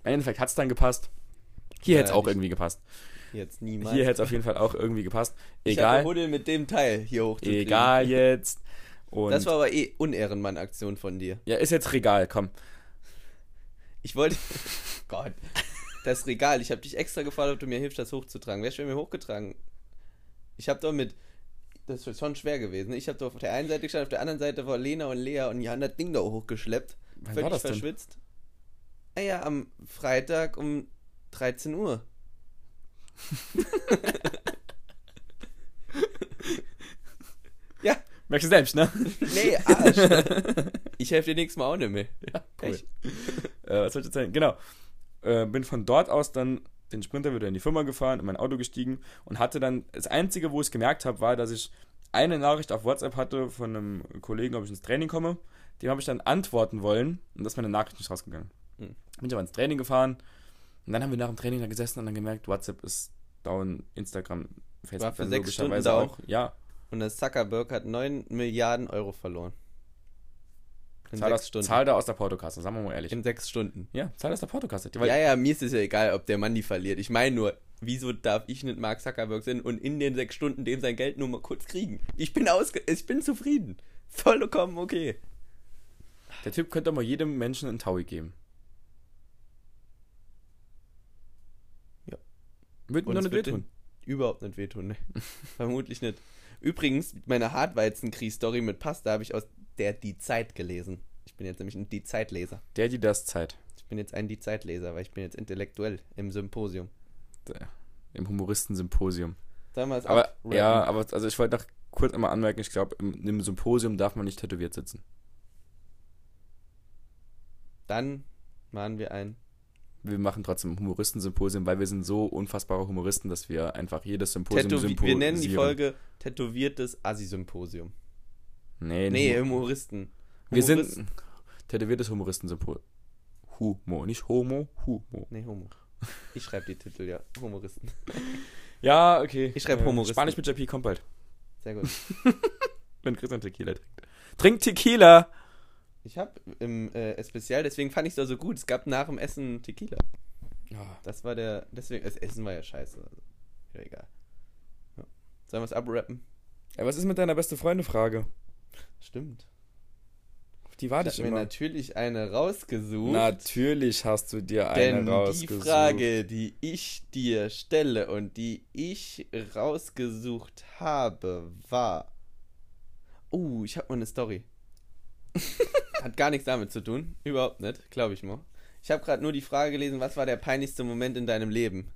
[SPEAKER 1] Endeffekt hat es dann gepasst. Hier
[SPEAKER 2] Ja,
[SPEAKER 1] hätte es auch
[SPEAKER 2] nicht.
[SPEAKER 1] irgendwie gepasst.
[SPEAKER 2] jetzt niemals.
[SPEAKER 1] Hier hätte es auf jeden Fall auch irgendwie gepasst.
[SPEAKER 2] ich habe
[SPEAKER 1] Egal.
[SPEAKER 2] Huddel mit dem Teil hier hochzukriegen.
[SPEAKER 1] Egal jetzt. Und
[SPEAKER 2] Das war aber eh Unehrenmann-Aktion von dir.
[SPEAKER 1] ja, ist jetzt Regal, komm.
[SPEAKER 2] Ich wollte. Gott. Das Regal. Ich habe dich extra gefragt, ob du mir hilfst, das hochzutragen. Wer hat mir hochgetragen? Ich habe doch mit. Das ist schon schwer gewesen. Ich habe doch auf der einen Seite gestanden, auf der anderen Seite war Lena und Lea und die haben das Ding da hochgeschleppt.
[SPEAKER 1] Wann
[SPEAKER 2] völlig
[SPEAKER 1] war das denn?
[SPEAKER 2] verschwitzt. Naja, am Freitag um 13 Uhr.
[SPEAKER 1] Merkst du selbst, ne?
[SPEAKER 2] Nee, Arsch. ich helfe dir nächstes Mal auch nicht mehr.
[SPEAKER 1] Cool.
[SPEAKER 2] Echt?
[SPEAKER 1] äh, was soll ich erzählen? Genau. Äh, bin von dort aus dann den Sprinter wieder in die Firma gefahren, in mein Auto gestiegen und hatte dann, das Einzige, wo ich es gemerkt habe, war, dass ich eine Nachricht auf WhatsApp hatte von einem Kollegen, ob ich ins Training komme. Dem habe ich dann antworten wollen und das ist meine Nachricht nicht rausgegangen.
[SPEAKER 2] Hm.
[SPEAKER 1] Bin ich aber ins Training gefahren und dann haben wir nach dem Training da gesessen und dann gemerkt, WhatsApp ist down, Instagram, Facebook
[SPEAKER 2] War für
[SPEAKER 1] dann
[SPEAKER 2] sechs
[SPEAKER 1] logischerweise
[SPEAKER 2] Stunden down.
[SPEAKER 1] auch. Ja,
[SPEAKER 2] Und der Zuckerberg hat 9 Milliarden Euro verloren. In
[SPEAKER 1] zahl,
[SPEAKER 2] sechs
[SPEAKER 1] das,
[SPEAKER 2] Stunden.
[SPEAKER 1] zahl da aus der Portokasse, sagen wir mal ehrlich.
[SPEAKER 2] In sechs Stunden.
[SPEAKER 1] ja, zahl aus der Portokasse. Die-
[SPEAKER 2] Ja, ja, mir ist es ja egal, ob der Mann die verliert. Ich meine nur, wieso darf ich nicht Mark Zuckerberg sein und in den sechs Stunden dem sein Geld nur mal kurz kriegen? Ich bin ausge ich bin zufrieden. Vollkommen okay.
[SPEAKER 1] Der Typ könnte doch mal jedem Menschen einen Taui geben.
[SPEAKER 2] Ja.
[SPEAKER 1] Würde mir
[SPEAKER 2] Und
[SPEAKER 1] doch
[SPEAKER 2] es
[SPEAKER 1] nicht
[SPEAKER 2] wird
[SPEAKER 1] wehtun.
[SPEAKER 2] Überhaupt nicht wehtun, ne? Vermutlich nicht. Übrigens, meine Hartweizen-Krie-Story mit Pasta habe ich aus der Die Zeit gelesen. Ich bin jetzt nämlich ein Die Zeit-Leser.
[SPEAKER 1] Der, die das Zeit.
[SPEAKER 2] Ich bin jetzt ein Die Zeit-Leser, weil ich bin jetzt intellektuell im Symposium.
[SPEAKER 1] Der, Im Humoristensymposium.
[SPEAKER 2] Sollen wir es
[SPEAKER 1] Aber,
[SPEAKER 2] abrappen?
[SPEAKER 1] ja, aber also ich wollte noch kurz einmal anmerken, ich glaube, im, in einem Symposium darf man nicht tätowiert sitzen.
[SPEAKER 2] Dann machen wir ein.
[SPEAKER 1] Wir machen trotzdem ein Humoristensymposium, weil wir sind so unfassbare Humoristen, dass wir einfach jedes Symposium
[SPEAKER 2] Tätowi wir
[SPEAKER 1] symposieren.
[SPEAKER 2] nennen die Folge Tätowiertes Assi-Symposium.
[SPEAKER 1] Nee,
[SPEAKER 2] Nee,
[SPEAKER 1] nee.
[SPEAKER 2] Humoristen.
[SPEAKER 1] wir
[SPEAKER 2] Humoristen.
[SPEAKER 1] sind tätowiertes Humoristensymposium. Humo, nicht Homo, Humo.
[SPEAKER 2] Nee, Homo. Ich schreibe die Titel, ja. Humoristen.
[SPEAKER 1] Ja, okay.
[SPEAKER 2] Ich schreib Humoristen.
[SPEAKER 1] Äh, Spanisch mit JP kommt bald.
[SPEAKER 2] Sehr gut.
[SPEAKER 1] Wenn Christian Tequila trinkt. Trink Tequila!
[SPEAKER 2] Ich habe im äh, Especial, deswegen fand ich es auch so gut. Es gab nach dem Essen Tequila. Das war der. Deswegen, das Essen war ja scheiße. Also, ja, egal. Ja. Sollen wir es abrappen?
[SPEAKER 1] Ja, was ist mit deiner beste Freunde-Frage?
[SPEAKER 2] Stimmt.
[SPEAKER 1] Auf die warte
[SPEAKER 2] Ich
[SPEAKER 1] ich
[SPEAKER 2] habe mir
[SPEAKER 1] immer.
[SPEAKER 2] natürlich eine rausgesucht.
[SPEAKER 1] Natürlich hast du dir
[SPEAKER 2] denn
[SPEAKER 1] eine
[SPEAKER 2] die
[SPEAKER 1] rausgesucht.
[SPEAKER 2] Frage, die ich dir stelle und die ich rausgesucht habe, war. Uh, ich habe mal eine Story. Hat gar nichts damit zu tun. Überhaupt nicht, glaube ich mal. Ich habe gerade nur die Frage gelesen, was war der peinlichste Moment in deinem Leben?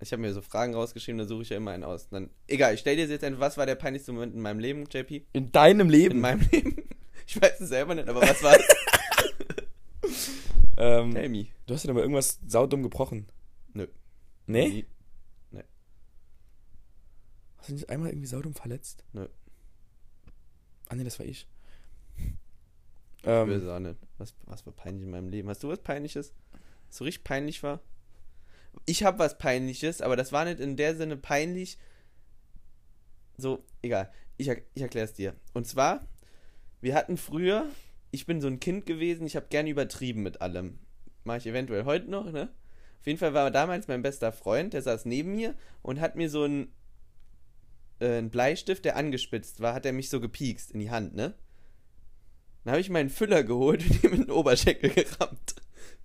[SPEAKER 2] Ich habe mir so Fragen rausgeschrieben, da suche ich ja immer einen aus. Dann, egal, ich stell dir jetzt einfach, was war der peinlichste Moment in meinem Leben, JP?
[SPEAKER 1] In deinem Leben?
[SPEAKER 2] In meinem Leben? Ich weiß es selber nicht, aber was war es?
[SPEAKER 1] ähm,
[SPEAKER 2] Tell me.
[SPEAKER 1] Du hast ja doch mal irgendwas saudumm gebrochen.
[SPEAKER 2] Nö.
[SPEAKER 1] Nee?
[SPEAKER 2] Nie.
[SPEAKER 1] Hast du nicht einmal irgendwie saudumm verletzt?
[SPEAKER 2] Nö.
[SPEAKER 1] Ah, nee, das war ich.
[SPEAKER 2] Ich
[SPEAKER 1] Ähm,
[SPEAKER 2] weiß auch nicht. Was, was war peinlich in meinem Leben? Hast du was Peinliches? Was so richtig peinlich war? Ich habe was Peinliches, aber das war nicht in der Sinne peinlich. So, egal. Ich, er- ich erkläre es dir. Und zwar, wir hatten früher, ich bin so ein Kind gewesen, ich habe gerne übertrieben mit allem. Mache ich eventuell heute noch, ne? Auf jeden Fall war damals mein bester Freund, der saß neben mir und hat mir so einen, äh, einen Bleistift, der angespitzt war, hat er mich so gepiekst in die Hand, ne? Dann habe ich meinen Füller geholt und ihm in den Oberschenkel gerammt.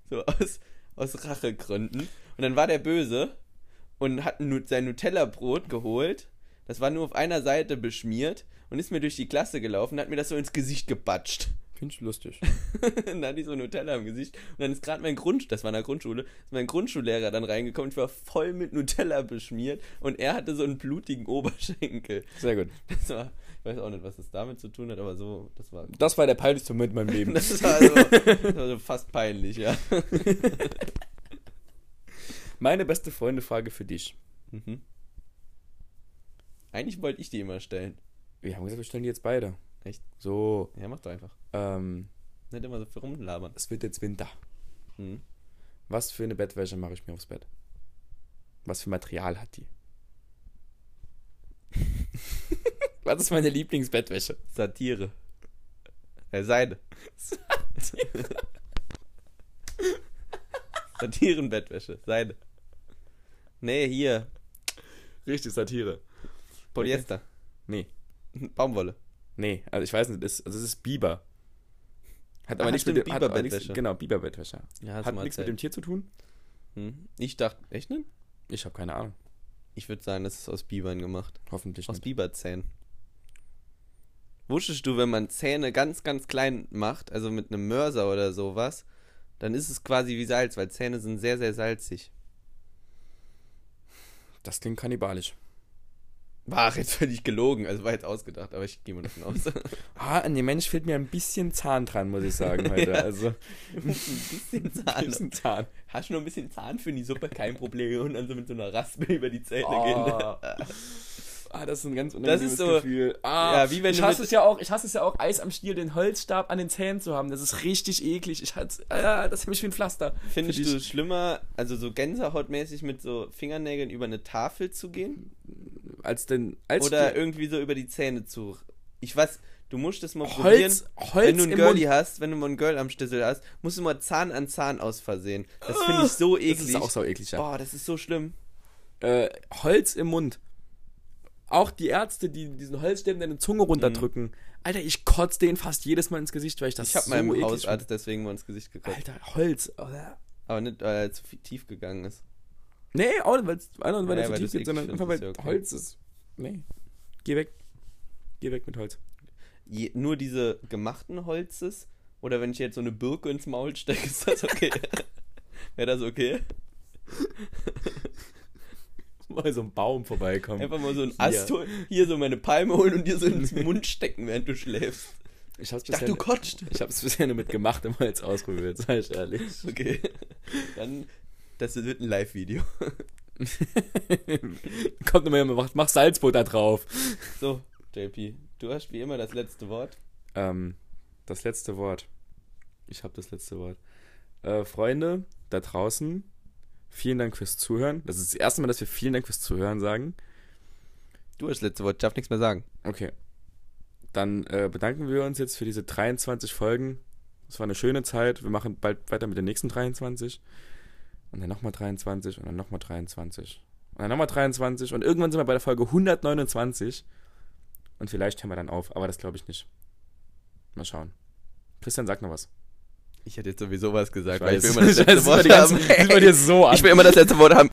[SPEAKER 2] So aus, aus Rachegründen. Und dann war der böse und hat nu- sein Nutella-Brot geholt. Das war nur auf einer Seite beschmiert und ist mir durch die Klasse gelaufen und hat mir das so ins Gesicht gebatscht.
[SPEAKER 1] Finde ich lustig.
[SPEAKER 2] und dann hatte ich so Nutella im Gesicht. Und dann ist gerade mein Grund, das war in der Grundschule, ist mein Grundschullehrer dann reingekommen. Ich war voll mit Nutella beschmiert und er hatte so einen blutigen Oberschenkel.
[SPEAKER 1] Sehr gut.
[SPEAKER 2] Das war, ich weiß auch nicht, was das damit zu tun hat, aber so, das war
[SPEAKER 1] Das war der peinlichste Moment in meinem Leben.
[SPEAKER 2] das war, so, das war so fast peinlich, ja.
[SPEAKER 1] Meine beste Freunde-Frage für dich.
[SPEAKER 2] Mhm. Eigentlich wollte ich die immer stellen.
[SPEAKER 1] Wir haben gesagt, wir stellen die jetzt beide.
[SPEAKER 2] Echt?
[SPEAKER 1] So,
[SPEAKER 2] Ja, mach doch einfach.
[SPEAKER 1] ähm,
[SPEAKER 2] Nicht immer so viel rumlabern.
[SPEAKER 1] es wird jetzt Winter.
[SPEAKER 2] Mhm.
[SPEAKER 1] Was für eine Bettwäsche mache ich mir aufs Bett? Was für Material hat die? Was ist meine Lieblingsbettwäsche?
[SPEAKER 2] Satire. Äh, Seide. Satirenbettwäsche. Seide. Nee, hier.
[SPEAKER 1] Richtig, Satire.
[SPEAKER 2] Polyester.
[SPEAKER 1] Nee.
[SPEAKER 2] Baumwolle.
[SPEAKER 1] Nee, also ich weiß nicht, es, also es ist Biber. Hat aber
[SPEAKER 2] Ah,
[SPEAKER 1] nichts mit
[SPEAKER 2] stimmt,
[SPEAKER 1] dem hat aber nichts-
[SPEAKER 2] Biberbettwäsche.
[SPEAKER 1] Genau, Biberbettwäsche.
[SPEAKER 2] Ja,
[SPEAKER 1] Hat nichts mit dem Tier zu tun?
[SPEAKER 2] Hm. Ich dachte, echt nicht?
[SPEAKER 1] Ich habe keine Ahnung.
[SPEAKER 2] Ich würde sagen, das ist aus Bibern gemacht.
[SPEAKER 1] Hoffentlich
[SPEAKER 2] Aus
[SPEAKER 1] nicht.
[SPEAKER 2] Biberzähnen. Wusstest du, wenn man Zähne ganz, ganz klein macht, also mit einem Mörser oder sowas, Dann ist es quasi wie Salz, weil Zähne sind sehr, sehr salzig.
[SPEAKER 1] Das klingt kannibalisch.
[SPEAKER 2] War jetzt völlig gelogen, also war jetzt ausgedacht, aber ich gehe mal davon aus.
[SPEAKER 1] Ah, an dem Mensch fehlt mir ein bisschen Zahn dran, muss ich sagen heute.
[SPEAKER 2] Ja.
[SPEAKER 1] Also,
[SPEAKER 2] ein bisschen
[SPEAKER 1] ein
[SPEAKER 2] Zahn.
[SPEAKER 1] bisschen Zahn.
[SPEAKER 2] Hast du noch ein bisschen Zahn für die Suppe? Kein Problem. Und dann so mit so einer Raspel über die Zähne
[SPEAKER 1] Ah.
[SPEAKER 2] gehen.
[SPEAKER 1] Ah, das ist ein ganz unangenehmes
[SPEAKER 2] ist so-
[SPEAKER 1] Gefühl. Ah,
[SPEAKER 2] ja, wie wenn
[SPEAKER 1] ich
[SPEAKER 2] du
[SPEAKER 1] hasse
[SPEAKER 2] mit-
[SPEAKER 1] es ja auch, ich hasse es ja auch, Eis am Stiel, den Holzstab an den Zähnen zu haben. Das ist richtig eklig. Ich hat's, ah, das ist mich wie ein Pflaster.
[SPEAKER 2] Findest
[SPEAKER 1] Für
[SPEAKER 2] du
[SPEAKER 1] dich.
[SPEAKER 2] es schlimmer, also so Gänsehautmäßig mit so Fingernägeln über eine Tafel zu gehen?
[SPEAKER 1] als den als
[SPEAKER 2] Oder öh,
[SPEAKER 1] die-
[SPEAKER 2] irgendwie so über die Zähne zu. Ich weiß, du musst es mal
[SPEAKER 1] Holz,
[SPEAKER 2] probieren.
[SPEAKER 1] Holz
[SPEAKER 2] wenn du ein
[SPEAKER 1] im
[SPEAKER 2] Girlie
[SPEAKER 1] Mund.
[SPEAKER 2] hast, wenn du mal ein Girl am Schlüssel hast, musst du mal Zahn an Zahn aus Versehen. Das finde ich so eklig.
[SPEAKER 1] Ah, Das ist auch so eklig. Ja.
[SPEAKER 2] Boah, das ist so schlimm.
[SPEAKER 1] Äh, Holz im Mund. Auch die Ärzte, die diesen Holzstäben deine Zunge runterdrücken. Alter, ich kotze denen fast jedes Mal ins Gesicht, weil ich das
[SPEAKER 2] Mhm. Ich habe
[SPEAKER 1] so
[SPEAKER 2] meinem
[SPEAKER 1] eklig
[SPEAKER 2] Hausarzt deswegen mal ins Gesicht
[SPEAKER 1] finde.
[SPEAKER 2] gekotzt.
[SPEAKER 1] Alter, Holz. Oder?
[SPEAKER 2] Aber nicht, weil er zu viel tief gegangen ist.
[SPEAKER 1] Nee, auch nicht, weil's- auch nicht, weil
[SPEAKER 2] Ja,
[SPEAKER 1] es
[SPEAKER 2] weil
[SPEAKER 1] zu
[SPEAKER 2] du's
[SPEAKER 1] tief geht, sondern
[SPEAKER 2] eklig
[SPEAKER 1] einfach weil
[SPEAKER 2] findest, ist ja okay.
[SPEAKER 1] Holz ist. Nee. Geh weg. Geh weg mit Holz.
[SPEAKER 2] Je, nur diese gemachten Holzes? Oder wenn ich jetzt so eine Birke ins Maul stecke, ist das okay? Wäre das okay?
[SPEAKER 1] Mal so ein Baum vorbeikommen.
[SPEAKER 2] Einfach mal so einen Ast holen, hier so meine Palme holen und dir so ins Mund stecken, während du schläfst.
[SPEAKER 1] Ich hab's
[SPEAKER 2] Ich dachte,
[SPEAKER 1] bisher,
[SPEAKER 2] du kotzt.
[SPEAKER 1] ich hab's bisher nur mit gemachtem Holz ausprobiert, sag ich ehrlich.
[SPEAKER 2] Okay. Dann, das wird ein Live-Video.
[SPEAKER 1] Kommt nochmal jemand, macht, mach Salzbutter drauf.
[SPEAKER 2] So, JP, du hast wie immer das letzte Wort.
[SPEAKER 1] Ähm, das letzte Wort. Ich habe das letzte Wort. Äh, Freunde da draußen, vielen Dank fürs Zuhören. Das ist das erste Mal, dass wir vielen Dank fürs Zuhören sagen.
[SPEAKER 2] Du hast das letzte Wort, darf nichts mehr sagen.
[SPEAKER 1] Okay. Dann äh, bedanken wir uns jetzt für diese 23 Folgen. Es war eine schöne Zeit. Wir machen bald weiter mit den nächsten 23. Und dann nochmal 23 und dann nochmal 23. Und dann nochmal 23. Und irgendwann sind wir bei der Folge 129. Und vielleicht hören wir dann auf, aber das glaube ich nicht. Mal schauen. Christian, sag noch was.
[SPEAKER 2] Ich hätte jetzt sowieso was gesagt,
[SPEAKER 1] Ich weiß,
[SPEAKER 2] weil ich will immer das letzte
[SPEAKER 1] das
[SPEAKER 2] Wort
[SPEAKER 1] die ganze-
[SPEAKER 2] haben.
[SPEAKER 1] sieht man dir so an.
[SPEAKER 2] Ich will immer das letzte Wort haben.